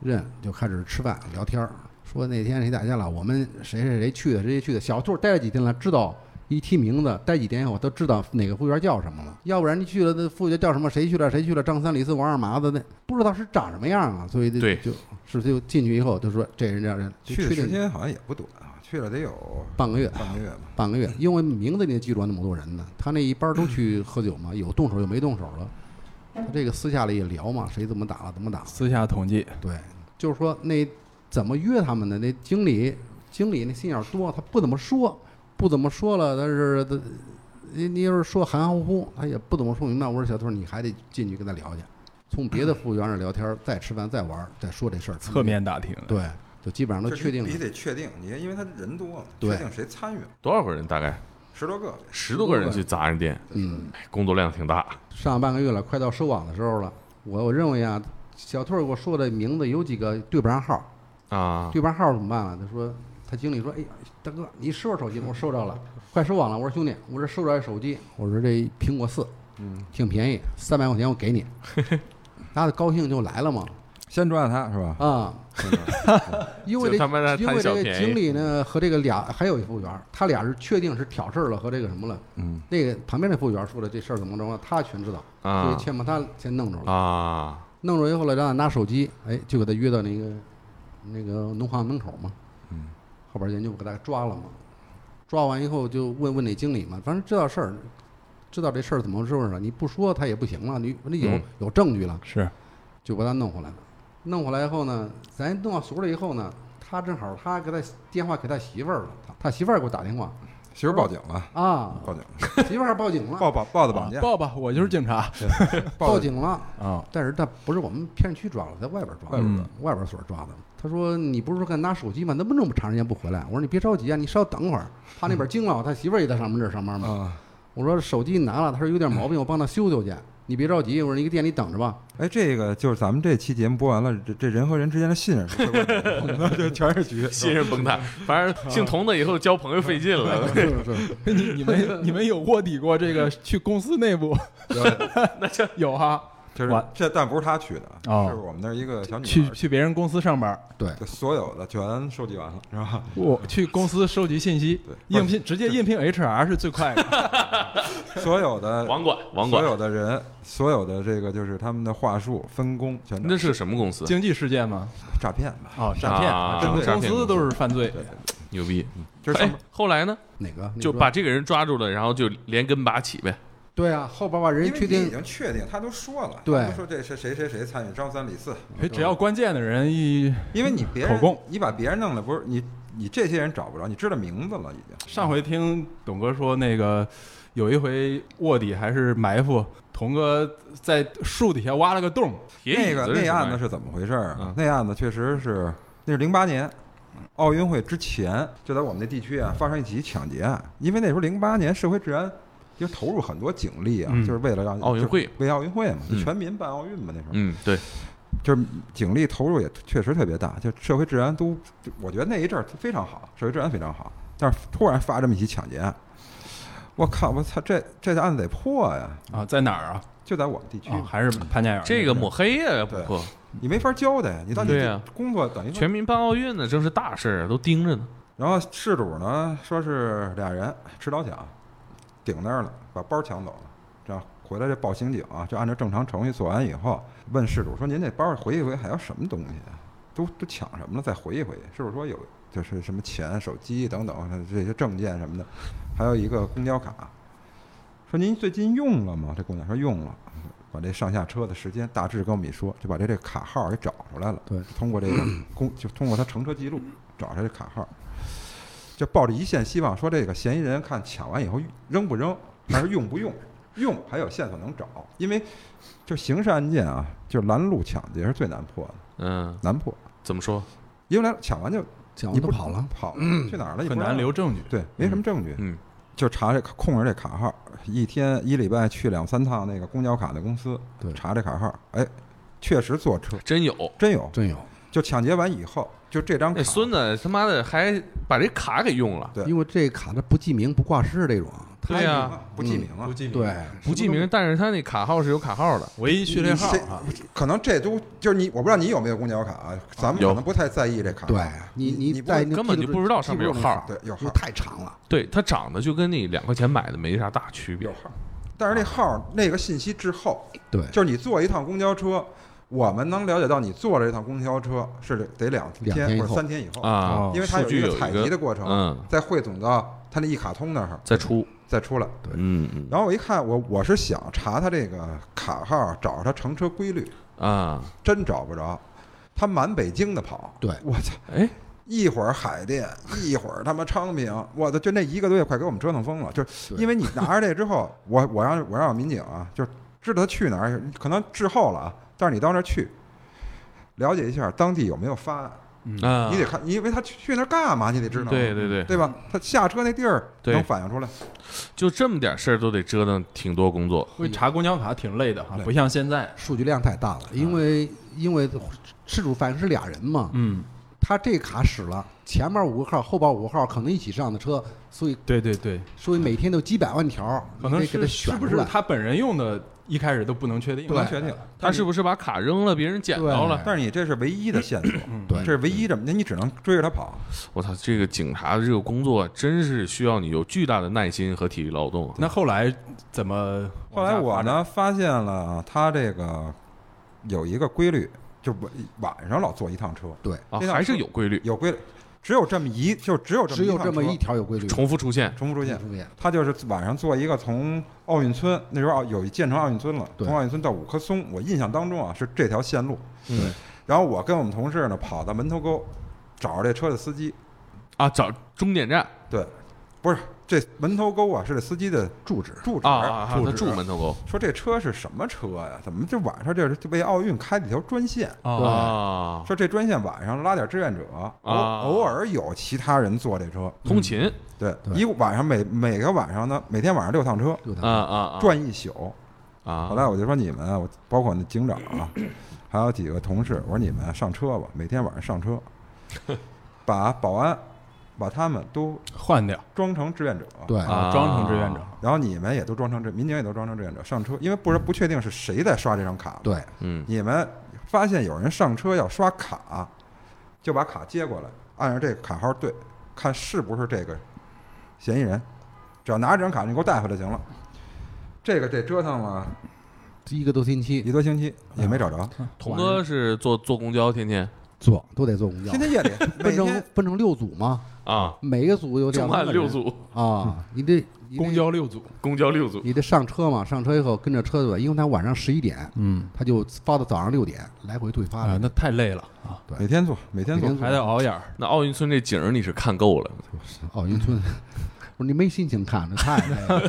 S2: 认就开始吃饭聊天儿，说那天谁打架了，我们谁谁谁去的，谁谁去的。小兔儿待了几天了，知道一提名字，待几天以后都知道哪个服务员叫什么了。要不然你去了，那服务员叫什么，谁去了，谁去了，张三李四王二麻子，那不知道是长什么样啊。所以就
S1: 对
S2: 就是就进去以后就说这人这人就
S3: 去的
S2: 确
S3: 时
S2: 定
S3: 间好像也不短啊，去了得有
S2: 半个月，
S3: 半个月吧。
S2: 半个月，因为名字你也记住那么多人呢。他那一班都去喝酒 嘛，有动手有没动手了。他这个私下里也聊嘛，谁怎么打了，怎么打了。
S5: 私下统计，
S2: 对，就是说那怎么约他们的？那经理经理那心眼儿多，他不怎么说，不怎么说了，但是他你你要是说含含糊糊，他也不怎么说明白。我说小兔儿，你还得进去跟他聊去。从别的服务员那儿聊天儿，再吃饭，再玩儿，再说这事儿。
S5: 侧面打听，
S2: 对，就基本上都确定
S3: 必须
S2: 了。
S3: 得确定，你因为他人多嘛，
S2: 对
S3: 确定谁参与了，
S1: 多少个人？大概
S3: 十多个。
S1: 十多个人去砸人店，
S2: 嗯，
S1: 哎工作量挺大。
S2: 上半个月了，快到收网的时候了。我我认为啊，小兔儿给我说的名字有几个对不上号，
S1: 啊，
S2: 对半号怎么办了？他说，他经理说，哎呀，大哥，你收着手机了？我说收着了，快收网了。我说兄弟，我这收着手机，我说这苹果四，嗯，挺便宜，三百块钱 我给你。大家高兴就来了嘛，
S3: 先抓他是吧？
S2: 啊、因为
S1: 就他妈的
S2: 这因
S1: 贪
S2: 为
S1: 小
S2: 这个
S1: 便宜
S2: 经理呢和这个俩还有一服务员，他俩是确定是挑事儿了和这个什么了。
S3: 嗯，
S2: 那个旁边那服务员说了这事儿怎么着啊，他全知道，所以
S1: 啊
S2: 先把他先弄着了。
S1: 啊，
S2: 弄着以后了，让他拿手机，哎，就给他约到那个那个农行门口嘛。
S3: 嗯，
S2: 后边人就给他抓了嘛。抓完以后就问问那经理嘛，反正知道事儿，知道这事儿怎么回事儿了。你不说他也不行了，你你有、
S1: 嗯
S2: 有证据了，
S5: 是
S2: 就把他弄回来了。弄回来以后呢，咱弄到所里以后呢，他正好他给他电话给他媳妇儿了，他他媳妇儿给我打电话
S3: 媳妇报警了，
S2: 啊，
S3: 报警了，
S2: 媳妇儿还报警了，
S3: 报报报的绑
S5: 啊
S3: 架，
S5: 报吧，我就是警察
S2: 报
S3: 报
S2: 警了。
S5: 啊，
S2: 但是他不是我们片区抓了，在外边抓的，
S3: 外边抓
S2: 外边所抓的。他说：“你不是说干拿手机吗？那么那么长时间不回来？”我说：“你别着急啊，你稍等会儿，怕那边惊了我。他媳妇儿也在上班这儿上班嘛。
S3: 啊！
S2: 我说：“手机拿了。”他说：“有点毛病，我帮他修修去。你别着急，我说你搁店里等着吧。
S3: 哎，这个就是咱们这期节目播完了，这这人和人之间的信任是会 问题的，那就全是局。
S1: 信任崩塌。 反正姓童的以后交朋友费劲了，
S2: 是是，
S5: 你你们你们有卧底过这个去公司内部 有哈？
S3: 就是
S5: 完
S3: 这，但不是他去的，啊
S5: 哦
S3: 是我们那儿一个小女
S5: 去
S3: 孩儿，
S5: 去别人公司上班，
S2: 对，
S3: 就所有的全收集完了，是吧？
S5: 我去公司收集信息，
S3: 对
S5: 应聘直接应聘 HR 是最快的。
S3: 所有的
S1: 网管网
S3: 所
S1: 管，
S3: 有的人，所有的这个就是他们的话术分工全
S1: 那是什么公司？
S5: 经济事件嘛，
S3: 诈骗吧？
S5: 哦，诈骗，
S1: 啊
S5: 整个
S1: 诈
S5: 公
S1: 骗
S5: 司
S1: 公司
S5: 都是犯罪
S3: 对，对，
S1: 牛逼！
S3: 就是上
S1: 哎
S3: 面，
S1: 后来呢，
S2: 哪个你
S1: 就
S2: 说
S1: 把这个人抓住了，然后就连根拔起呗。
S2: 对啊，后边把人
S3: 因为
S2: 确
S3: 你已
S2: 定
S3: 经确定，他都说了，
S2: 对
S3: 他都说这是谁谁谁参与，张三李四，
S5: 哎只要关键的人一
S3: 因为你别
S5: 口供
S3: 人，你把别人弄了，不是你你这些人找不着，你知道名字了已经。
S5: 上回听董哥说那个有一回卧底还是埋伏，童哥在树底下挖了个洞，
S1: 铁椅
S3: 那
S1: 子
S3: 个
S1: 是什
S3: 那
S1: 么
S3: 案子
S1: 玩意
S3: 是怎么回事儿啊
S1: 嗯？
S3: 那案子确实是，那是零八年奥运会之前，就在我们那地区啊发生一起抢劫案，因为那时候零八年社会治安。就投入很多警力啊，
S5: 嗯
S3: 就是为了让
S1: 奥运
S3: 就是
S1: 会
S3: 为奥运会嘛，
S1: 嗯
S3: 全民办奥运嘛，那时候、
S1: 嗯，对，
S3: 就是警力投入也确实特别大，就社会治安都，就我觉得那一阵儿非常好，社会治安非常好，但是突然发这么一起抢劫案，我靠，我操，这这案子得破呀！
S5: 啊，在哪儿啊？
S3: 就在我们地区，
S1: 哦
S5: 啊，还是潘家园
S1: 这个抹黑呀，不破，
S3: 你没法交代，啊你到底
S1: 对啊呀
S3: 工作等于说
S1: 全民办奥运呢，正是大事儿，都盯着呢。
S3: 然后事主呢说是俩人持刀抢，顶那儿了，把包抢走了。这样回来这报刑警啊，就按照正常程序做完以后，问事主说：“您这包回一回还要什么东西啊？都都抢什么了？再回一回。”事主说有就是什么钱、手机等等这些证件什么的，还有一个公交卡。说您最近用了吗？这姑娘说用了，把这上下车的时间大致跟我们一说，就把这这卡号给找出来了。
S2: 对，
S3: 通过这个公，就通过他乘车记录找出来这卡号，就抱着一线希望，说这个嫌疑人看抢完以后扔不扔，还是用不用，用还有线索能找，因为就刑事案件啊，就拦路抢劫是最难破的，
S1: 嗯，
S3: 难破，
S1: 怎么说？
S3: 因为来抢完就
S2: 讲完
S3: 你不
S2: 就跑了，
S3: 跑了去哪儿了也不
S5: 很
S3: 知道
S5: 难留证据。
S3: 对，没什么证据，
S1: 嗯
S3: 就查这控制这卡号，一天一礼拜去两三趟那个公交卡的公司
S2: 对
S3: 查这卡号，哎，确实坐车
S1: 真有
S3: 真有，
S2: 真有，
S3: 就抢劫完以后，就这张卡
S1: 那哎孙子，他妈的还把这卡给用了，
S3: 对
S2: 因为这卡它不记名不挂失这种，
S1: 对呀，
S3: 啊不记名啊，
S5: 记
S2: 对，
S1: 不记名，但是他那卡号是有卡号的。
S5: 唯一序列号
S3: 谁
S5: 啊，
S3: 可能这都就是你，我不知道你有没有公交卡啊，咱们
S1: 有
S3: 可能不太在意这卡。
S2: 对你
S3: 你
S2: 你
S3: 你不
S2: 在
S3: 会
S2: 那
S1: 根本
S2: 记
S1: 就不知道上面有
S2: 记不住那
S1: 号
S3: 对有
S2: 因为
S3: 号
S2: 太长了，
S1: 对，它长得就跟你两块钱买的没啥大区别
S3: 有。号，但是那号那个信息之后，
S2: 对，
S3: 就是你坐一趟公交车，我们能了解到你坐了这趟公交车是得两
S2: 两天以
S3: 天或
S2: 后
S3: 者三天以后，
S1: 啊
S5: 哦，
S3: 因为它
S1: 数
S3: 有
S1: 据
S3: 一
S1: 有
S3: 个采集
S1: 一
S3: 的
S1: 个，
S3: 过程，
S1: 嗯，
S3: 再汇总到他那一卡通那儿
S1: 再出，
S3: 再出来。
S1: 嗯嗯
S3: 然后我一看，我我是想查他这个卡号，找他乘车规律，
S1: 啊，
S3: 真找不着，他满北京的跑。
S2: 对
S3: 我操！
S1: 哎，
S3: 一会儿海淀，一会儿他妈昌平，我的就那一个多月快给我们折腾疯了。就是
S2: 对
S3: 因为你拿着这之后，我我让我让民警啊，就是知道他去哪儿，可能滞后了啊，但是你到那儿去，了解一下当地有没有发案，
S5: 嗯，
S1: 啊，
S3: 你得看，因为他去去那儿干嘛，你得知道，
S1: 对对对，
S3: 对吧？他下车那地儿
S1: 对
S3: 能反映出来，
S1: 就这么点事儿都得折腾挺多工作，
S5: 因为查公交卡挺累的哈，
S3: 累
S5: 不像现在，
S2: 数据量太大了，因为因为事主反映是俩人嘛，
S5: 嗯，
S2: 他这卡使了，前面五个号，后边五个号可能一起上的车，所以
S5: 对对对，
S2: 所以每天都几百万条，
S5: 可
S2: 你
S5: 能
S2: 得给他
S5: 是
S2: 选
S5: 是
S2: 出
S5: 不
S2: 来。
S5: 是他本人用的，一开始都不能确定，啊
S3: 不能确定。
S1: 他是不是把卡扔了，别人捡
S2: 对
S1: 到了？
S3: 但是你这是唯一的线索，
S2: 对
S3: 这是唯一的，那你只能追着他跑。
S1: 我操，这个警察的这个工作真是需要你有巨大的耐心和体力劳动啊。
S5: 那后来怎么？
S3: 后来我？呢发现了他这个有一个规律，就晚晚上老坐一趟车，
S1: 啊
S3: 那，辆
S1: 还是
S3: 车
S1: 有规律，
S3: 有规律，只有这么一，就只有这么
S2: 只有这么
S3: 趟
S2: 一嗯
S3: 车
S2: 条有规律，
S1: 重复出现。
S3: 重复出现。
S2: 出现，
S3: 他就是晚上坐一个从奥运村，那时候奥啊有一建成奥运村了，
S2: 对
S3: 从奥运村到五棵松，我印象当中啊是这条线路。嗯
S2: 对，
S3: 然后我跟我们同事呢跑到门头沟，找着这车的司机。
S1: 啊，找终点站
S3: 对，不是这门头沟啊，是这司机的
S2: 住址
S3: 住址。
S1: 啊啊，啊他
S3: 址
S1: 住门头沟
S3: 说这车是什么车呀？怎么这晚上这是就为奥运开了一条专线？
S5: 啊，
S1: 啊，
S3: 说这专线晚上拉点志愿者，偶
S1: 啊
S3: 偶尔有其他人坐这车。
S1: 通勤
S3: 对，
S2: 对
S3: 一晚上每每个晚上呢，每天晚上六趟车，
S2: 六条
S1: 啊啊
S3: 转一宿。
S1: 啊啊！
S3: 后来我就说你们啊，我包括那警长啊，还有几个同事，我说你们啊上车吧，每天晚上上车， 把保安把他们都
S5: 换掉，
S3: 装成志愿者，
S2: 对，
S1: 啊
S5: 装成志愿者，
S3: 然后你们也都装成志，民警也都装成志愿者上车，因为不是不确定是谁在刷这张卡，
S2: 对，
S1: 嗯
S3: 你们发现有人上车要刷卡，就把卡接过来，按照这个卡号对，看是不是这个嫌疑人，只要拿着这张卡你给我带回来就行了。这个得折腾了
S2: 一个多星期
S3: 一个多星期也没找
S1: 哦
S3: 着，
S1: 童哥是坐坐公交天天
S2: 坐都得坐公交
S3: 天，天夜里每
S2: 分成
S3: 天
S2: 分成六组嘛，
S1: 啊，
S2: 每个组有两
S1: 重
S2: 三
S1: 案
S2: 个
S1: 六
S2: 人
S1: 组，
S2: 啊，你得你得
S5: 公交六组，
S1: 公交六组
S2: 你得上车嘛，上车以后跟着车队，因为他晚上十一点，
S5: 嗯
S2: 他就发到早上六点，来回对发
S5: 啊
S2: 的，，
S5: 那太累了啊，
S2: 对
S3: 每天做每天做
S2: 每天，
S5: 还得熬夜儿，
S1: 那奥运村这景儿你是看够了，
S2: 奥运村， 不是你没心情看，这太累了。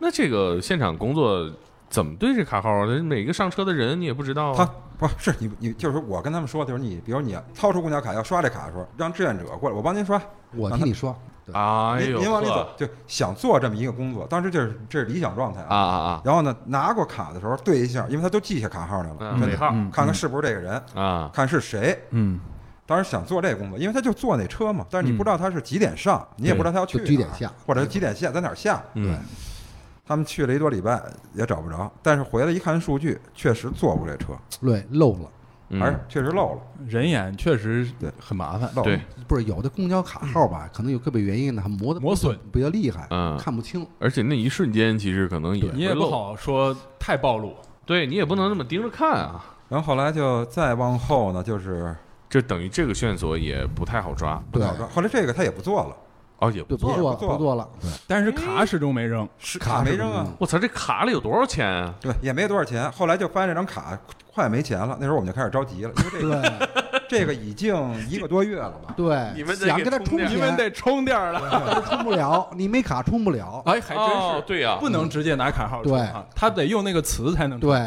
S1: 那这个现场工作怎么对这卡号啊？这每个上车的人你也不知道啊
S3: 他不是你你就是我跟他们说，就是你比如你掏出公交卡要刷这卡的时候，让志愿者过来，我帮您刷，
S2: 我替你说，对
S1: 哎
S3: 您
S1: 呦，
S3: 您往里
S1: 呵
S3: 走，就想做这么一个工作，当时这是这是理想状态
S1: 啊。啊
S3: 然后呢，拿过卡的时候对一下，因为他都记下卡号来了，
S1: 啊，
S5: 嗯
S1: 尾号
S5: 嗯
S3: 看看是不是这个人，
S1: 啊，
S3: 看是谁。
S5: 嗯，
S3: 当时想做这个工作，因为他就坐那车嘛，但是你
S5: 嗯
S3: 不知道他是几点上，你也不知道他要去
S2: 就几
S3: 哪儿
S2: 点下
S3: 或者几点下在哪儿下。
S1: 嗯
S3: 他们去了一多礼拜也找不着，但是回来一看数据，确实坐过这车，
S2: 对，漏了，
S1: 嗯
S3: 还是确实漏了。
S5: 人眼确实
S3: 对
S5: 很麻烦，
S3: 漏了
S1: 对，
S2: 不是有的公交卡号吧，可能有个别原因呢，它磨的
S5: 磨损，
S2: 比较厉害，
S1: 嗯，
S2: 看不清。
S1: 而且那一瞬间其实可能也
S5: 你也
S1: 会
S5: 不
S1: 漏，
S5: 好说太暴露，
S1: 对你也不能那么盯着看啊，
S3: 然后后来就再往后呢，就是
S1: 这等于这个线索也不太好抓
S3: 不
S2: 对，
S3: 好抓。后来这个他也不做了，
S1: 哦，也不
S2: 对，不
S1: 错。
S2: 做了，
S3: 不做了
S2: 不做了。对，
S5: 但是卡始终没扔，
S3: 是
S2: 卡
S3: 卡没扔啊，
S2: 啊，
S1: 我操，这卡里有多少钱啊？
S3: 对，也没多少钱。后来就发现这张卡快没钱了，那时候我们就开始着急了，因 为这个
S2: 对
S3: 这个已经一个多月了 吧。
S2: 对，
S1: 你们得
S2: 想
S1: 给
S2: 跟他
S1: 充
S2: 充
S1: 电
S2: 钱，
S5: 你 们得充电儿了，
S2: 但是充不了，你没卡充不了。
S5: 哎，还真
S1: 哦
S5: 是。
S1: 对呀、
S5: 不能直接拿卡号
S2: 对
S5: 充啊，他得用那个词才能充。
S2: 对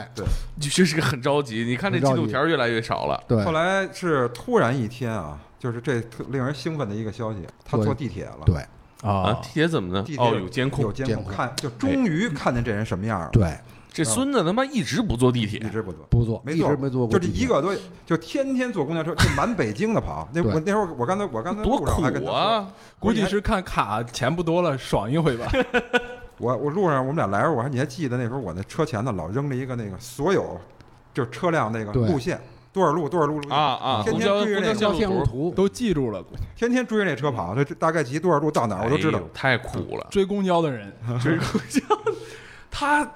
S1: 你这是个很着急。你看这
S2: 很
S1: 进
S2: 着急
S1: 度条越来越少了
S2: 对
S3: 后来是突然一天啊，就是这特令人兴奋的一个消息，他
S2: 对
S3: 坐地铁了，
S2: 对
S1: 啊！
S5: 啊
S1: 地，铁怎么呢
S3: 地？铁
S1: 哦，有监控
S3: 有。监
S2: 监
S3: 控
S2: 控
S3: 看，就终于看见这人什么样了，
S2: 对，
S1: 这
S3: 啊
S1: 孙子他妈一直不坐地
S3: 一
S1: 铁，
S3: 直不坐。
S2: 不做，
S3: 没
S2: 一
S3: 坐
S2: 直
S3: 过，
S2: 没做过
S3: 就
S2: 地
S3: 这
S2: 铁。
S3: 一个多，就天天坐公交车，就满北京 的跑。那我那会儿，我刚才我刚才
S1: 多
S3: 路上还跟
S1: 苦
S3: 他说，
S1: 啊！
S5: 估计是看卡钱不多了，爽一回吧。
S3: 我我路上我们俩来时候，我还你还记得那时候我那车前头老扔着一个那个所有就是车辆那个
S2: 对
S3: 路线多少路多少路路
S1: 啊啊！
S3: 天
S1: 公
S3: 天
S1: 交
S3: 追
S1: 公交
S3: 着那
S2: 公交
S1: 线
S2: 线
S1: 路
S2: 路
S1: 图，
S2: 图
S5: 都记住了，
S3: 天天追着那车跑，这这大概几多少路到哪儿我都知道
S1: 哎。呦太苦
S3: 啊
S1: 了。
S5: 追公交的人，
S1: 追公交，他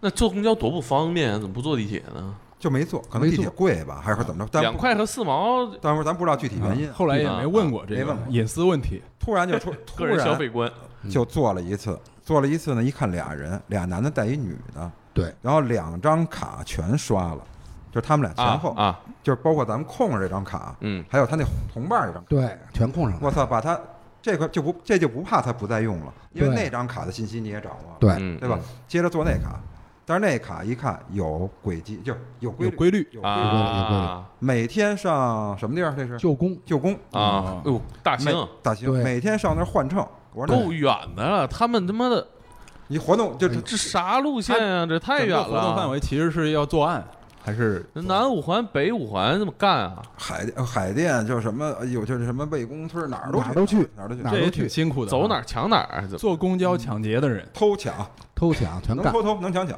S1: 那坐公交多不方便啊！怎么不坐地铁呢？
S3: 就没坐，可能
S2: 没
S3: 地
S2: 坐
S3: 铁贵吧，还是怎么着？但
S1: 两块和四毛，
S3: 但是咱不知道具体
S2: 嗯
S3: 原因。
S5: 啊后来也
S1: 啊
S5: 没问过这
S3: 啊没问
S5: 个
S3: 过
S5: 隐私问题。
S3: 突然就出，突
S1: 个人消费
S3: 然
S1: 观
S2: 嗯
S3: 就做了一次，做了一次呢，一看俩人，俩男的带一女的，
S2: 对，
S3: 然后两张卡全刷了，就是他们俩前
S1: 啊
S3: 后，
S1: 啊，
S3: 就是包括咱们空着这张卡，
S1: 嗯，
S3: 还有他那同伴儿这张卡，
S2: 对，全控上了。
S3: 我操，把他这块就不这就不怕他不再用了，因为
S2: 对
S3: 那张卡的信息你也掌握了，
S2: 对
S1: 嗯，
S3: 对吧？？接着做那卡，但是那卡一看有轨迹，就是有规
S5: 有
S3: 律，
S5: 规律
S1: 嗯
S3: 有规律
S1: 啊
S3: 每天上什么地儿？这是
S2: 舅公
S3: 舅公
S1: 啊！哎呦，大
S3: 每
S1: 兴
S3: 大兴，
S2: 对
S3: 每天上那儿换乘。我说那
S1: 够远的了，他们他妈的
S3: 你活动就
S1: 这这啥路线啊？这太
S5: 整
S1: 远
S5: 个
S1: 了。
S5: 活动范围其实是要作案，还是
S1: 南五环、北五环这么干啊？
S2: 哎
S3: 海淀海淀就什么有就是什么魏公村哪儿都
S2: 哪儿都去
S3: 哪儿都去
S2: 哪
S5: 这
S2: 儿
S5: 也
S2: 都
S5: 挺
S2: 去
S5: 辛苦的啊。
S1: 走哪儿抢哪儿，怎么
S5: 坐公交抢劫的人，
S3: 偷抢
S2: 偷抢全
S3: 能
S2: 干，
S3: 偷偷能抢抢，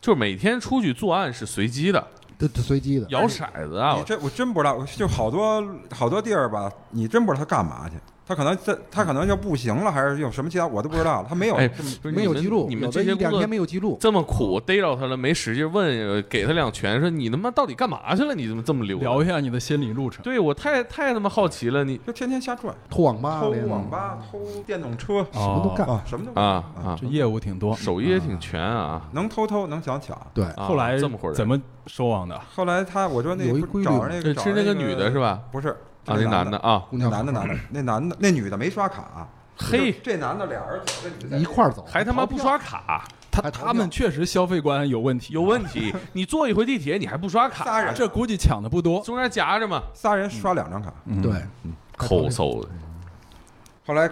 S1: 就是每天出去作案是随机的，
S2: 这这随机的。
S1: 摇骰子啊
S3: 你！这我真不知道，我就好多好多地儿吧，你真不知道他干嘛去。他可能在，他可能就不行了，还是有什么其他，我都不知道。他没有
S1: 哎
S3: 这么，
S1: 不是
S2: 没有
S1: 你们
S2: 记录，
S1: 你们
S2: 有
S1: 这
S2: 的
S1: 些
S2: 一
S1: 工
S2: 两
S1: 作
S2: 天没有记录，
S1: 这么苦，逮着他了没使劲问，呃给他两拳，说你他妈到底干嘛去了？你怎么这么溜达？
S5: 聊一下你的心理路程。
S1: 对我太太他妈好奇了，你
S3: 就天天瞎转，
S2: 偷网吧
S3: 偷
S2: 连
S3: 网吧、偷电动车
S5: 什
S2: 什么都干。
S3: 啊，什么都
S1: 啊啊，
S5: 这业务挺多。
S1: 手艺也挺全啊。
S3: 能偷偷能抢抢。
S2: 对，
S1: 啊
S5: 后来
S1: 这么会儿人
S5: 怎么收网的？
S3: 后来他我说那
S2: 有一
S3: 不是
S2: 规律
S3: 找
S2: 嘛
S3: 那个
S1: 这
S3: 找
S1: 是那个女的是
S3: 吧？
S1: 吧？
S3: 不是
S1: 啊，
S3: 是
S1: 那
S3: 男
S1: 男的啊，
S2: 公
S3: 那
S2: 交
S3: 男的
S2: 卡
S3: 男的，那男的那女的没刷卡，啊
S1: 嘿
S3: 就，这男的俩人走，这女的在
S2: 一块儿走，
S1: 还他妈不刷卡，
S5: 他
S2: 还逃
S5: 他们确实消费观有问题，
S1: 有问 题！你坐一回地铁你还不刷卡，
S3: 仨人，
S5: 这估计抢的不多。
S1: 中间夹着嘛，
S3: 仨人刷两张卡。
S5: 嗯
S2: 对，
S1: 抠搜的。
S3: 后来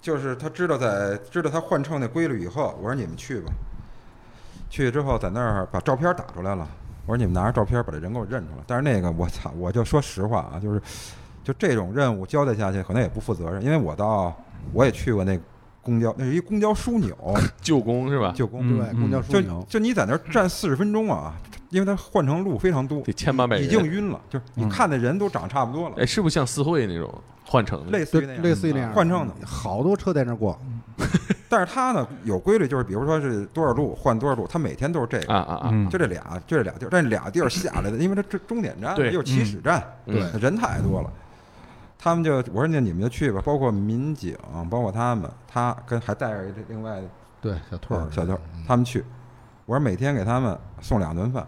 S3: 就是他知道在知道他换乘那规律以后，我说你们去吧。去之后在那儿把照片打出来了，我说你们拿着照片把这人给我认出来。但是那个我操，我就说实话啊，就是就这种任务交代下去可能也不负责任，因为我到我也去过那公交，那是一公交枢纽，
S1: 舅公是吧？
S3: 就公
S5: 嗯
S2: 对，公交枢
S3: 就
S2: 纽，
S3: 就你在那儿站四十分钟啊，因为它换乘路非常多
S1: 得，千八百人
S3: 已经晕了，就是你
S5: 嗯
S3: 看的人都长差不多了，
S1: 哎，是不是像四惠那种换乘的？
S3: 类似
S2: 对
S3: 于那，样
S2: 类似于那样的
S3: 换乘的。
S2: 好多车在那儿过，
S3: 但是他呢有规律，就是比如说是多少路换多少路，他每天都是这个，
S1: 啊啊啊！
S5: 嗯，
S3: 就这俩，就这俩地儿，但是俩地儿下来的，因为它这终点站
S1: 对
S3: 又起始站，
S1: 嗯
S2: 对
S3: 人太多了。他们就我说那你们就去吧，包括民警，包括他们，他跟还带着另外的
S2: 对，小兔儿，
S3: 嗯小舅，他们去。我说每天给他们送两顿饭，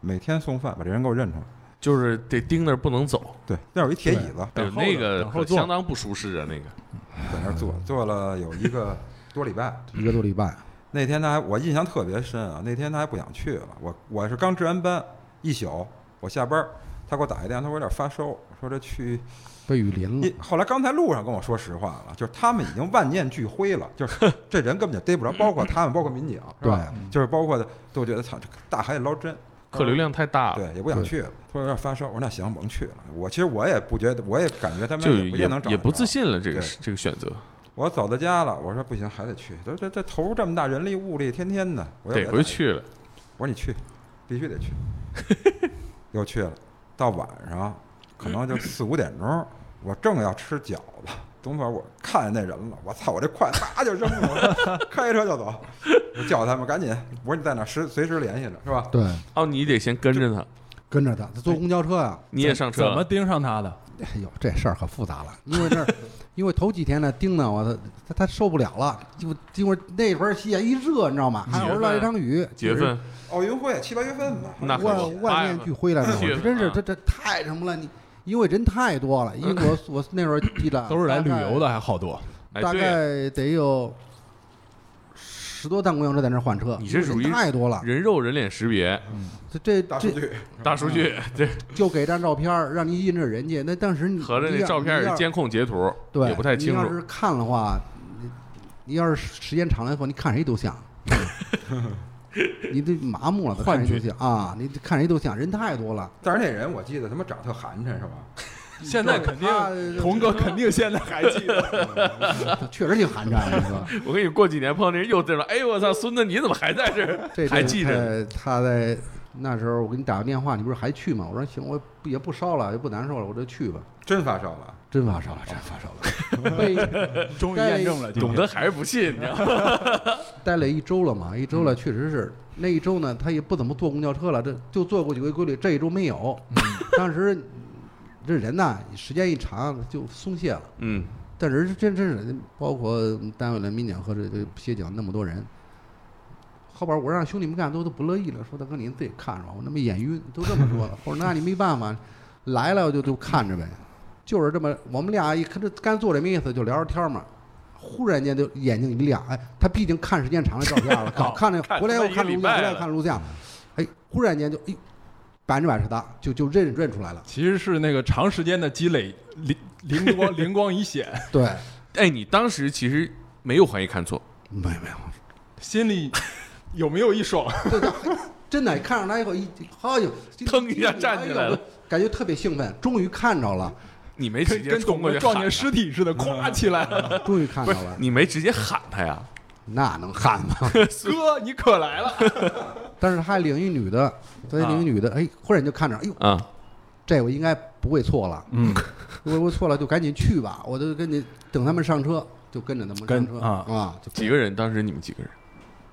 S3: 每天送饭，把这人给我认出来。
S1: 就是得盯那儿不能走，
S3: 对，那有一铁椅子，
S1: 哎呦
S5: 等候
S1: 那个
S5: 等候
S1: 可
S5: 坐
S1: 相当不舒适啊，那
S3: 嗯
S1: 个
S3: 在那儿坐，坐了有一个多礼拜。
S2: 一个多礼拜，
S3: 那天他还我印象特别深啊，那天他还不想去了。我我是刚值完班一宿，我下班儿，他给我打一电话，他说有点发烧，说这去。
S2: 被雨
S1: 嗯
S2: 淋了
S3: 一，后来刚才路上跟我说实话了，就是他们已经万念俱灰了，就是 这人根本就逮不着，包括他们，包括民警，是吧？
S1: 嗯
S3: 就是包括的都觉得操，这大海里捞针，
S1: 客流量太大了，
S3: 对，也不想去了。他说有点发烧，我说那行甭去了。我其实我也不觉得，我也感觉他
S1: 就
S3: 们也不
S1: 也
S3: 一定能找
S1: 也
S3: 得
S1: 不
S3: 着
S1: 自信了。这个
S3: 对
S1: 这个选择，
S3: 我走到家了，我说不行，还得去。这这这投入这么大人力物力，天天的，我要
S1: 得
S3: 给他
S1: 回
S3: 打
S1: 去了。
S3: 我说你去，必须得去。又去了，到晚上可能就四五点钟，我正要吃饺子，等会儿我看见那人了，我操，我这筷子啪就扔了， 开车就走。我叫他们赶紧，我说你在哪儿，随随时联系着，是吧？
S2: 对，
S1: 哦，你得先跟着他，
S2: 跟着他，他坐公交车呀，
S1: 你也上车
S5: 怎么盯上他的？
S2: 哎呦，这事儿可复杂了，因为这儿，因为头几天呢，盯呢我他他他受不了了，就因为那会儿西啊一热，你知道吗？还
S1: 几月份啊
S2: 有时候来一场雨，
S1: 几月份？
S3: 奥运会七八月份吧，
S1: 那可
S2: 万万念俱灰了，那会
S1: 七月
S2: 儿
S1: 份
S2: 真是
S1: 啊
S2: 这这太什么了你。因为人太多了，因为我我那会儿记得
S5: 都是来旅
S2: 啊大概
S5: 游的，还好多。
S1: 哎，
S2: 大
S1: 对，
S2: 概得有十多趟公交车在那儿换车，
S1: 你这属于
S2: 因为人太多了。
S1: 人肉人脸识别，
S3: 嗯
S2: 这这
S3: 大数
S2: 这
S3: 据
S1: 大数据，
S3: 嗯
S1: 对，
S2: 就给张照片儿，让你印着人家。那当时你
S1: 合着
S2: 你
S1: 那
S2: 要
S1: 照片
S2: 你
S1: 是
S2: 要
S1: 监控截图，
S2: 对，
S1: 也不太清
S2: 你要
S1: 楚。
S2: 是看的话，你你要是时间长了以后，你看谁都 像。你这麻木了，看谁都像啊！你看谁都像，人太多了。
S3: 但是那人我记得他妈长得特寒碜，是吧？
S5: 现在肯定，童哥肯 定现在还记得。
S2: 他确实挺寒碜的，你 说
S1: 我跟你过几年碰那人又在那，哎呦我操，孙子你怎么还在这 儿？
S2: 这
S1: 还记着
S2: 着他在那时候，我给你打个电话，你不是还去吗？我说行，我不也不烧了，也不难受了，我就去吧。
S3: 真发烧了，
S2: 真发烧了，真发烧了，被
S5: 终于验证了，今天
S1: 懂得还是不信，你知道吗？
S2: 待了一周了嘛，一周了，确实是那一周呢，他也不怎么坐公交车了，这就坐过几回规律，这一周没有。当时这人呐，时间一长就松懈了，
S1: 嗯，
S2: 但是真真是包括单位的民警和这这协警那么多人。后边我让兄弟们干都都不乐意了，说大哥您自己看着吧，我那么眼晕，都这 么说了。我说那你没办法，来了就就看着呗，就是这么。我们俩一看这干坐着没意思，就聊着天嘛。忽然间就眼睛一亮，哎，他毕竟看时间长了照片了，搞看那
S1: 看
S2: 回来
S1: 他妈
S2: 又
S1: 一个
S2: 看
S1: 礼拜
S2: 录像，回来又
S1: 了
S2: 看录像，哎，忽然间就哎，百分之百是他，就就认认出来了。
S5: 其实是那个长时间的积累，灵 灵光灵光一现，
S2: 对，
S1: 哎，你当时其实没有怀疑看错，
S2: 没有没有，
S5: 心里有没有一爽？
S2: 真的看上他以后一，好久
S1: 腾一下站起来了，
S2: 哎呦感觉特别兴奋，终于看着 了，
S1: 你没直
S5: 跟
S1: 接
S5: 跟
S1: 冲
S5: 董
S1: 过去
S5: 哥撞
S1: 喊
S5: 见
S1: 他，
S5: 尸体似的，咵起来了。
S2: 终于看
S1: 不
S2: 着
S1: 是
S2: 了，
S1: 你没直接喊他呀？
S2: 那能看吗？
S1: 嗯
S5: 哥，你可来了！
S2: 但是他还领一女的，他领一女的，哎，忽然就看着，哎呦，
S1: 啊，
S2: 这我应该不会错了，
S5: 嗯，
S2: 如果我错了就赶紧去吧，我就跟你等他们上车，就跟着他们上
S5: 跟
S2: 车
S5: 啊
S2: 就
S1: 几个人？当时你们几个人？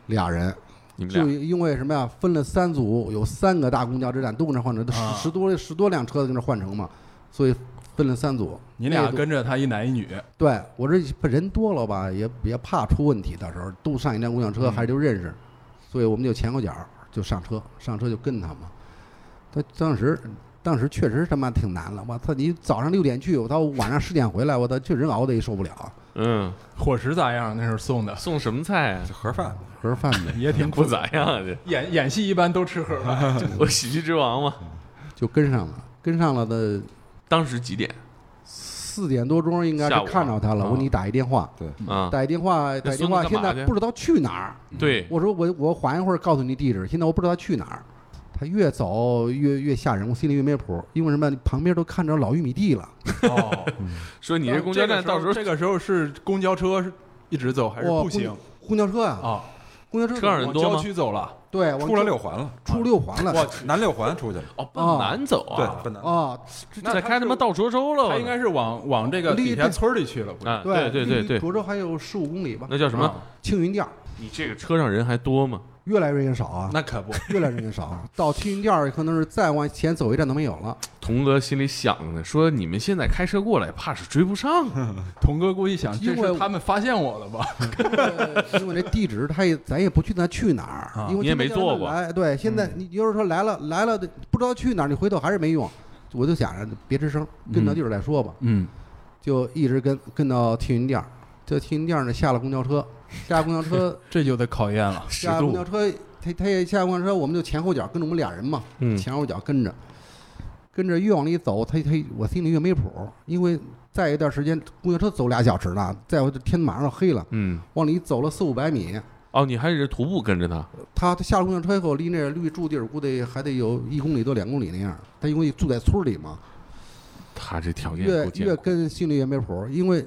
S2: 俩人，
S1: 你们
S2: 就
S1: 俩
S2: 因为什么呀？分了三组，有三个大公交车站都跟那换乘，
S5: 啊
S2: 十十多十多辆车子跟那换乘嘛，所以分了三组。
S5: 你俩
S2: 那组
S5: 跟着他一男一女，
S2: 对我这人多了吧，也也怕出问题，到时候都上一辆公交车，
S5: 嗯
S2: 还是就认识，所以我们就前后脚就上车，上车就跟他嘛。他当时当时确实他妈挺难了，我操！你早上六点去，我到晚上十点回来，我操，确实熬的也受 不了。
S1: 嗯，
S5: 伙食咋样？那时候送的
S1: 送什么菜啊？
S3: 盒饭
S2: 盒饭呗，
S5: 也挺
S1: 不咋样啊，这
S5: 演演戏一般都吃盒 饭，
S1: 我喜剧之王嘛。
S2: 就跟上了，跟上了的
S1: 当时几点
S2: 四点多钟应该
S1: 下午
S2: 是看着他了，我给你打一电话，
S1: 啊？
S2: 打一电话，打一电话，
S1: 孙子
S2: 现
S1: 干嘛去
S2: 在不知道去哪儿。
S1: 对，
S2: 我说我我缓一会儿告诉你地址，现在我不知道去哪儿。他越走越越吓人，我心里越没谱，因为什么？旁边都看着老玉米地了，
S5: 哦，
S1: 说你这公交站到时候
S5: 这个时候是公交车是一直走还是
S2: 哇
S5: 步行？
S2: 公公交车啊，
S5: 啊？
S2: 公交车
S1: 哦车上人
S5: 往
S1: 多吗
S5: 郊区走了，
S2: 对，往
S3: 出了六环了，
S2: 出六环了，
S3: 哇，南六环出去了，
S1: 哦，奔
S2: 啊
S1: 南走啊，
S3: 对，奔南。
S2: 啊，
S1: 再开他妈
S5: 到
S1: 倒涿州了，
S5: 他应该是往往这个
S2: 立
S5: 底下村儿里去了，不是？
S1: 啊，对对对
S2: 离
S1: 对，
S2: 涿州还有十五公里吧？
S1: 那叫什么？
S5: 啊？
S2: 青云店儿
S1: 你这个车上人还多吗？
S2: 越来越少啊，
S5: 那可不，
S2: 越来越少啊，到青云店儿可能是再往前走一站都没有了。
S1: 童哥心里想呢，说你们现在开车过来，怕是追不上啊。
S5: 童哥估计 想，
S2: 因
S5: 这
S2: 为
S5: 是他们发现我了吧？
S2: 呃因为这地址他也咱也不去那去哪儿
S5: 啊，
S2: 因为
S1: 你也没
S2: 现在
S1: 做过嗯
S2: 来对，现在你就是说来了来了，不知道去哪儿，你回头还是没用。我就想着别吱声，跟到地儿再说吧，
S5: 嗯，
S2: 就一直跟跟到青云店儿。这青云店儿呢，下了公交车，下公交 车，
S5: 这就得考验了。
S1: 十
S2: 下公交
S1: 度，
S2: 车，他他也下公交车，我们就前后脚跟着我们俩人嘛，
S1: 嗯
S2: 前后脚跟着，跟着越往里走，他他我心里越没谱，因为再一段时间公交车走俩小时呢，再我就天马上要黑了，
S1: 嗯，
S2: 往里走了四五百米，
S1: 哦，你还是徒步跟着他，
S2: 他他下了公交车以后，离那绿住地儿估计还得有一公里多两公里那样儿。他因为住在村儿里嘛，
S1: 他这条件
S2: 越
S1: 够艰
S2: 越
S1: 苦，
S2: 跟心里越没谱儿，因为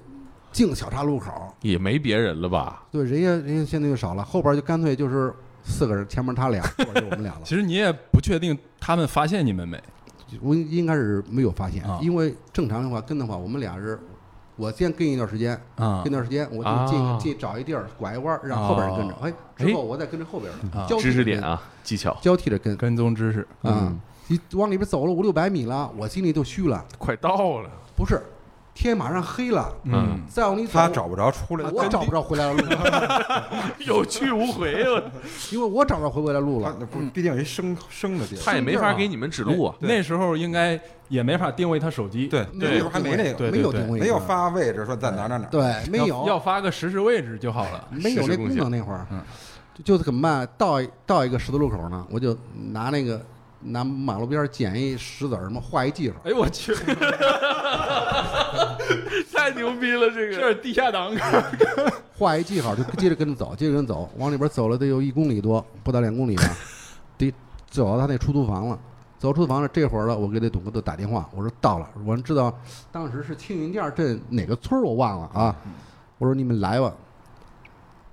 S2: 净小岔路口儿，
S1: 也没别人了吧？
S2: 对，人家人家现在就少了，后边儿就干脆就是四个人，前面他俩，后边儿就我们俩了。
S5: 其实你也不确定他们发现你们没，
S2: 我应该是没有发现
S5: 啊，
S2: 因为正常的话跟的话，我们俩是。我先跟一段时间，
S5: 啊
S2: 跟一段时间，我就进、
S1: 啊
S2: 进找一地儿拐一弯儿，让后边人跟着，哎，之后我再跟着后边儿的、
S5: 啊
S2: 交替
S1: 知识
S2: 着
S1: 点嗯
S2: 跟
S1: 啊，技巧，
S2: 交替着跟
S5: 跟踪知识，
S2: 啊，你往里边走了五六百米了，我心里就虚了，
S1: 快到了，
S2: 不是，天马上黑了，
S1: 嗯
S5: 嗯，
S2: 再往里走，
S3: 他找不着出来的，
S2: 我找不着回来的 路，
S1: 有去无回啊了，
S2: 因为我找不着回来的路
S3: 他
S2: 了。
S3: 不，毕竟有一生生的地
S1: 他
S3: 儿，
S1: 也没法给你们指路啊。
S5: 那时候应该也没法定位他手机，
S3: 对，那时候还没那个，
S5: 对
S2: 没有
S5: 对
S2: 定位，
S3: 没有，发位置说在哪儿哪儿哪儿，
S2: 对，没
S5: 要要
S2: 有，
S5: 发个实时位置就好了。
S2: 没有那功能那会
S3: 嗯
S2: 儿，就就是怎么办？到一到一个十字路口呢，我就拿那个拿马路边儿捡一石子儿嘛，画一记号，
S5: 哎呦我去，
S1: 太牛逼了，这
S5: 这是地下党，
S2: 画一记号就接着跟着走，接着跟着走，往里边走了得有一公里多，不到两公里吧，得走到他那出租房了。走出租房了，这会儿了，我给那董哥都打电话，我说到了，我知道当时是青云店镇哪个村儿我忘了啊，我说你们来吧，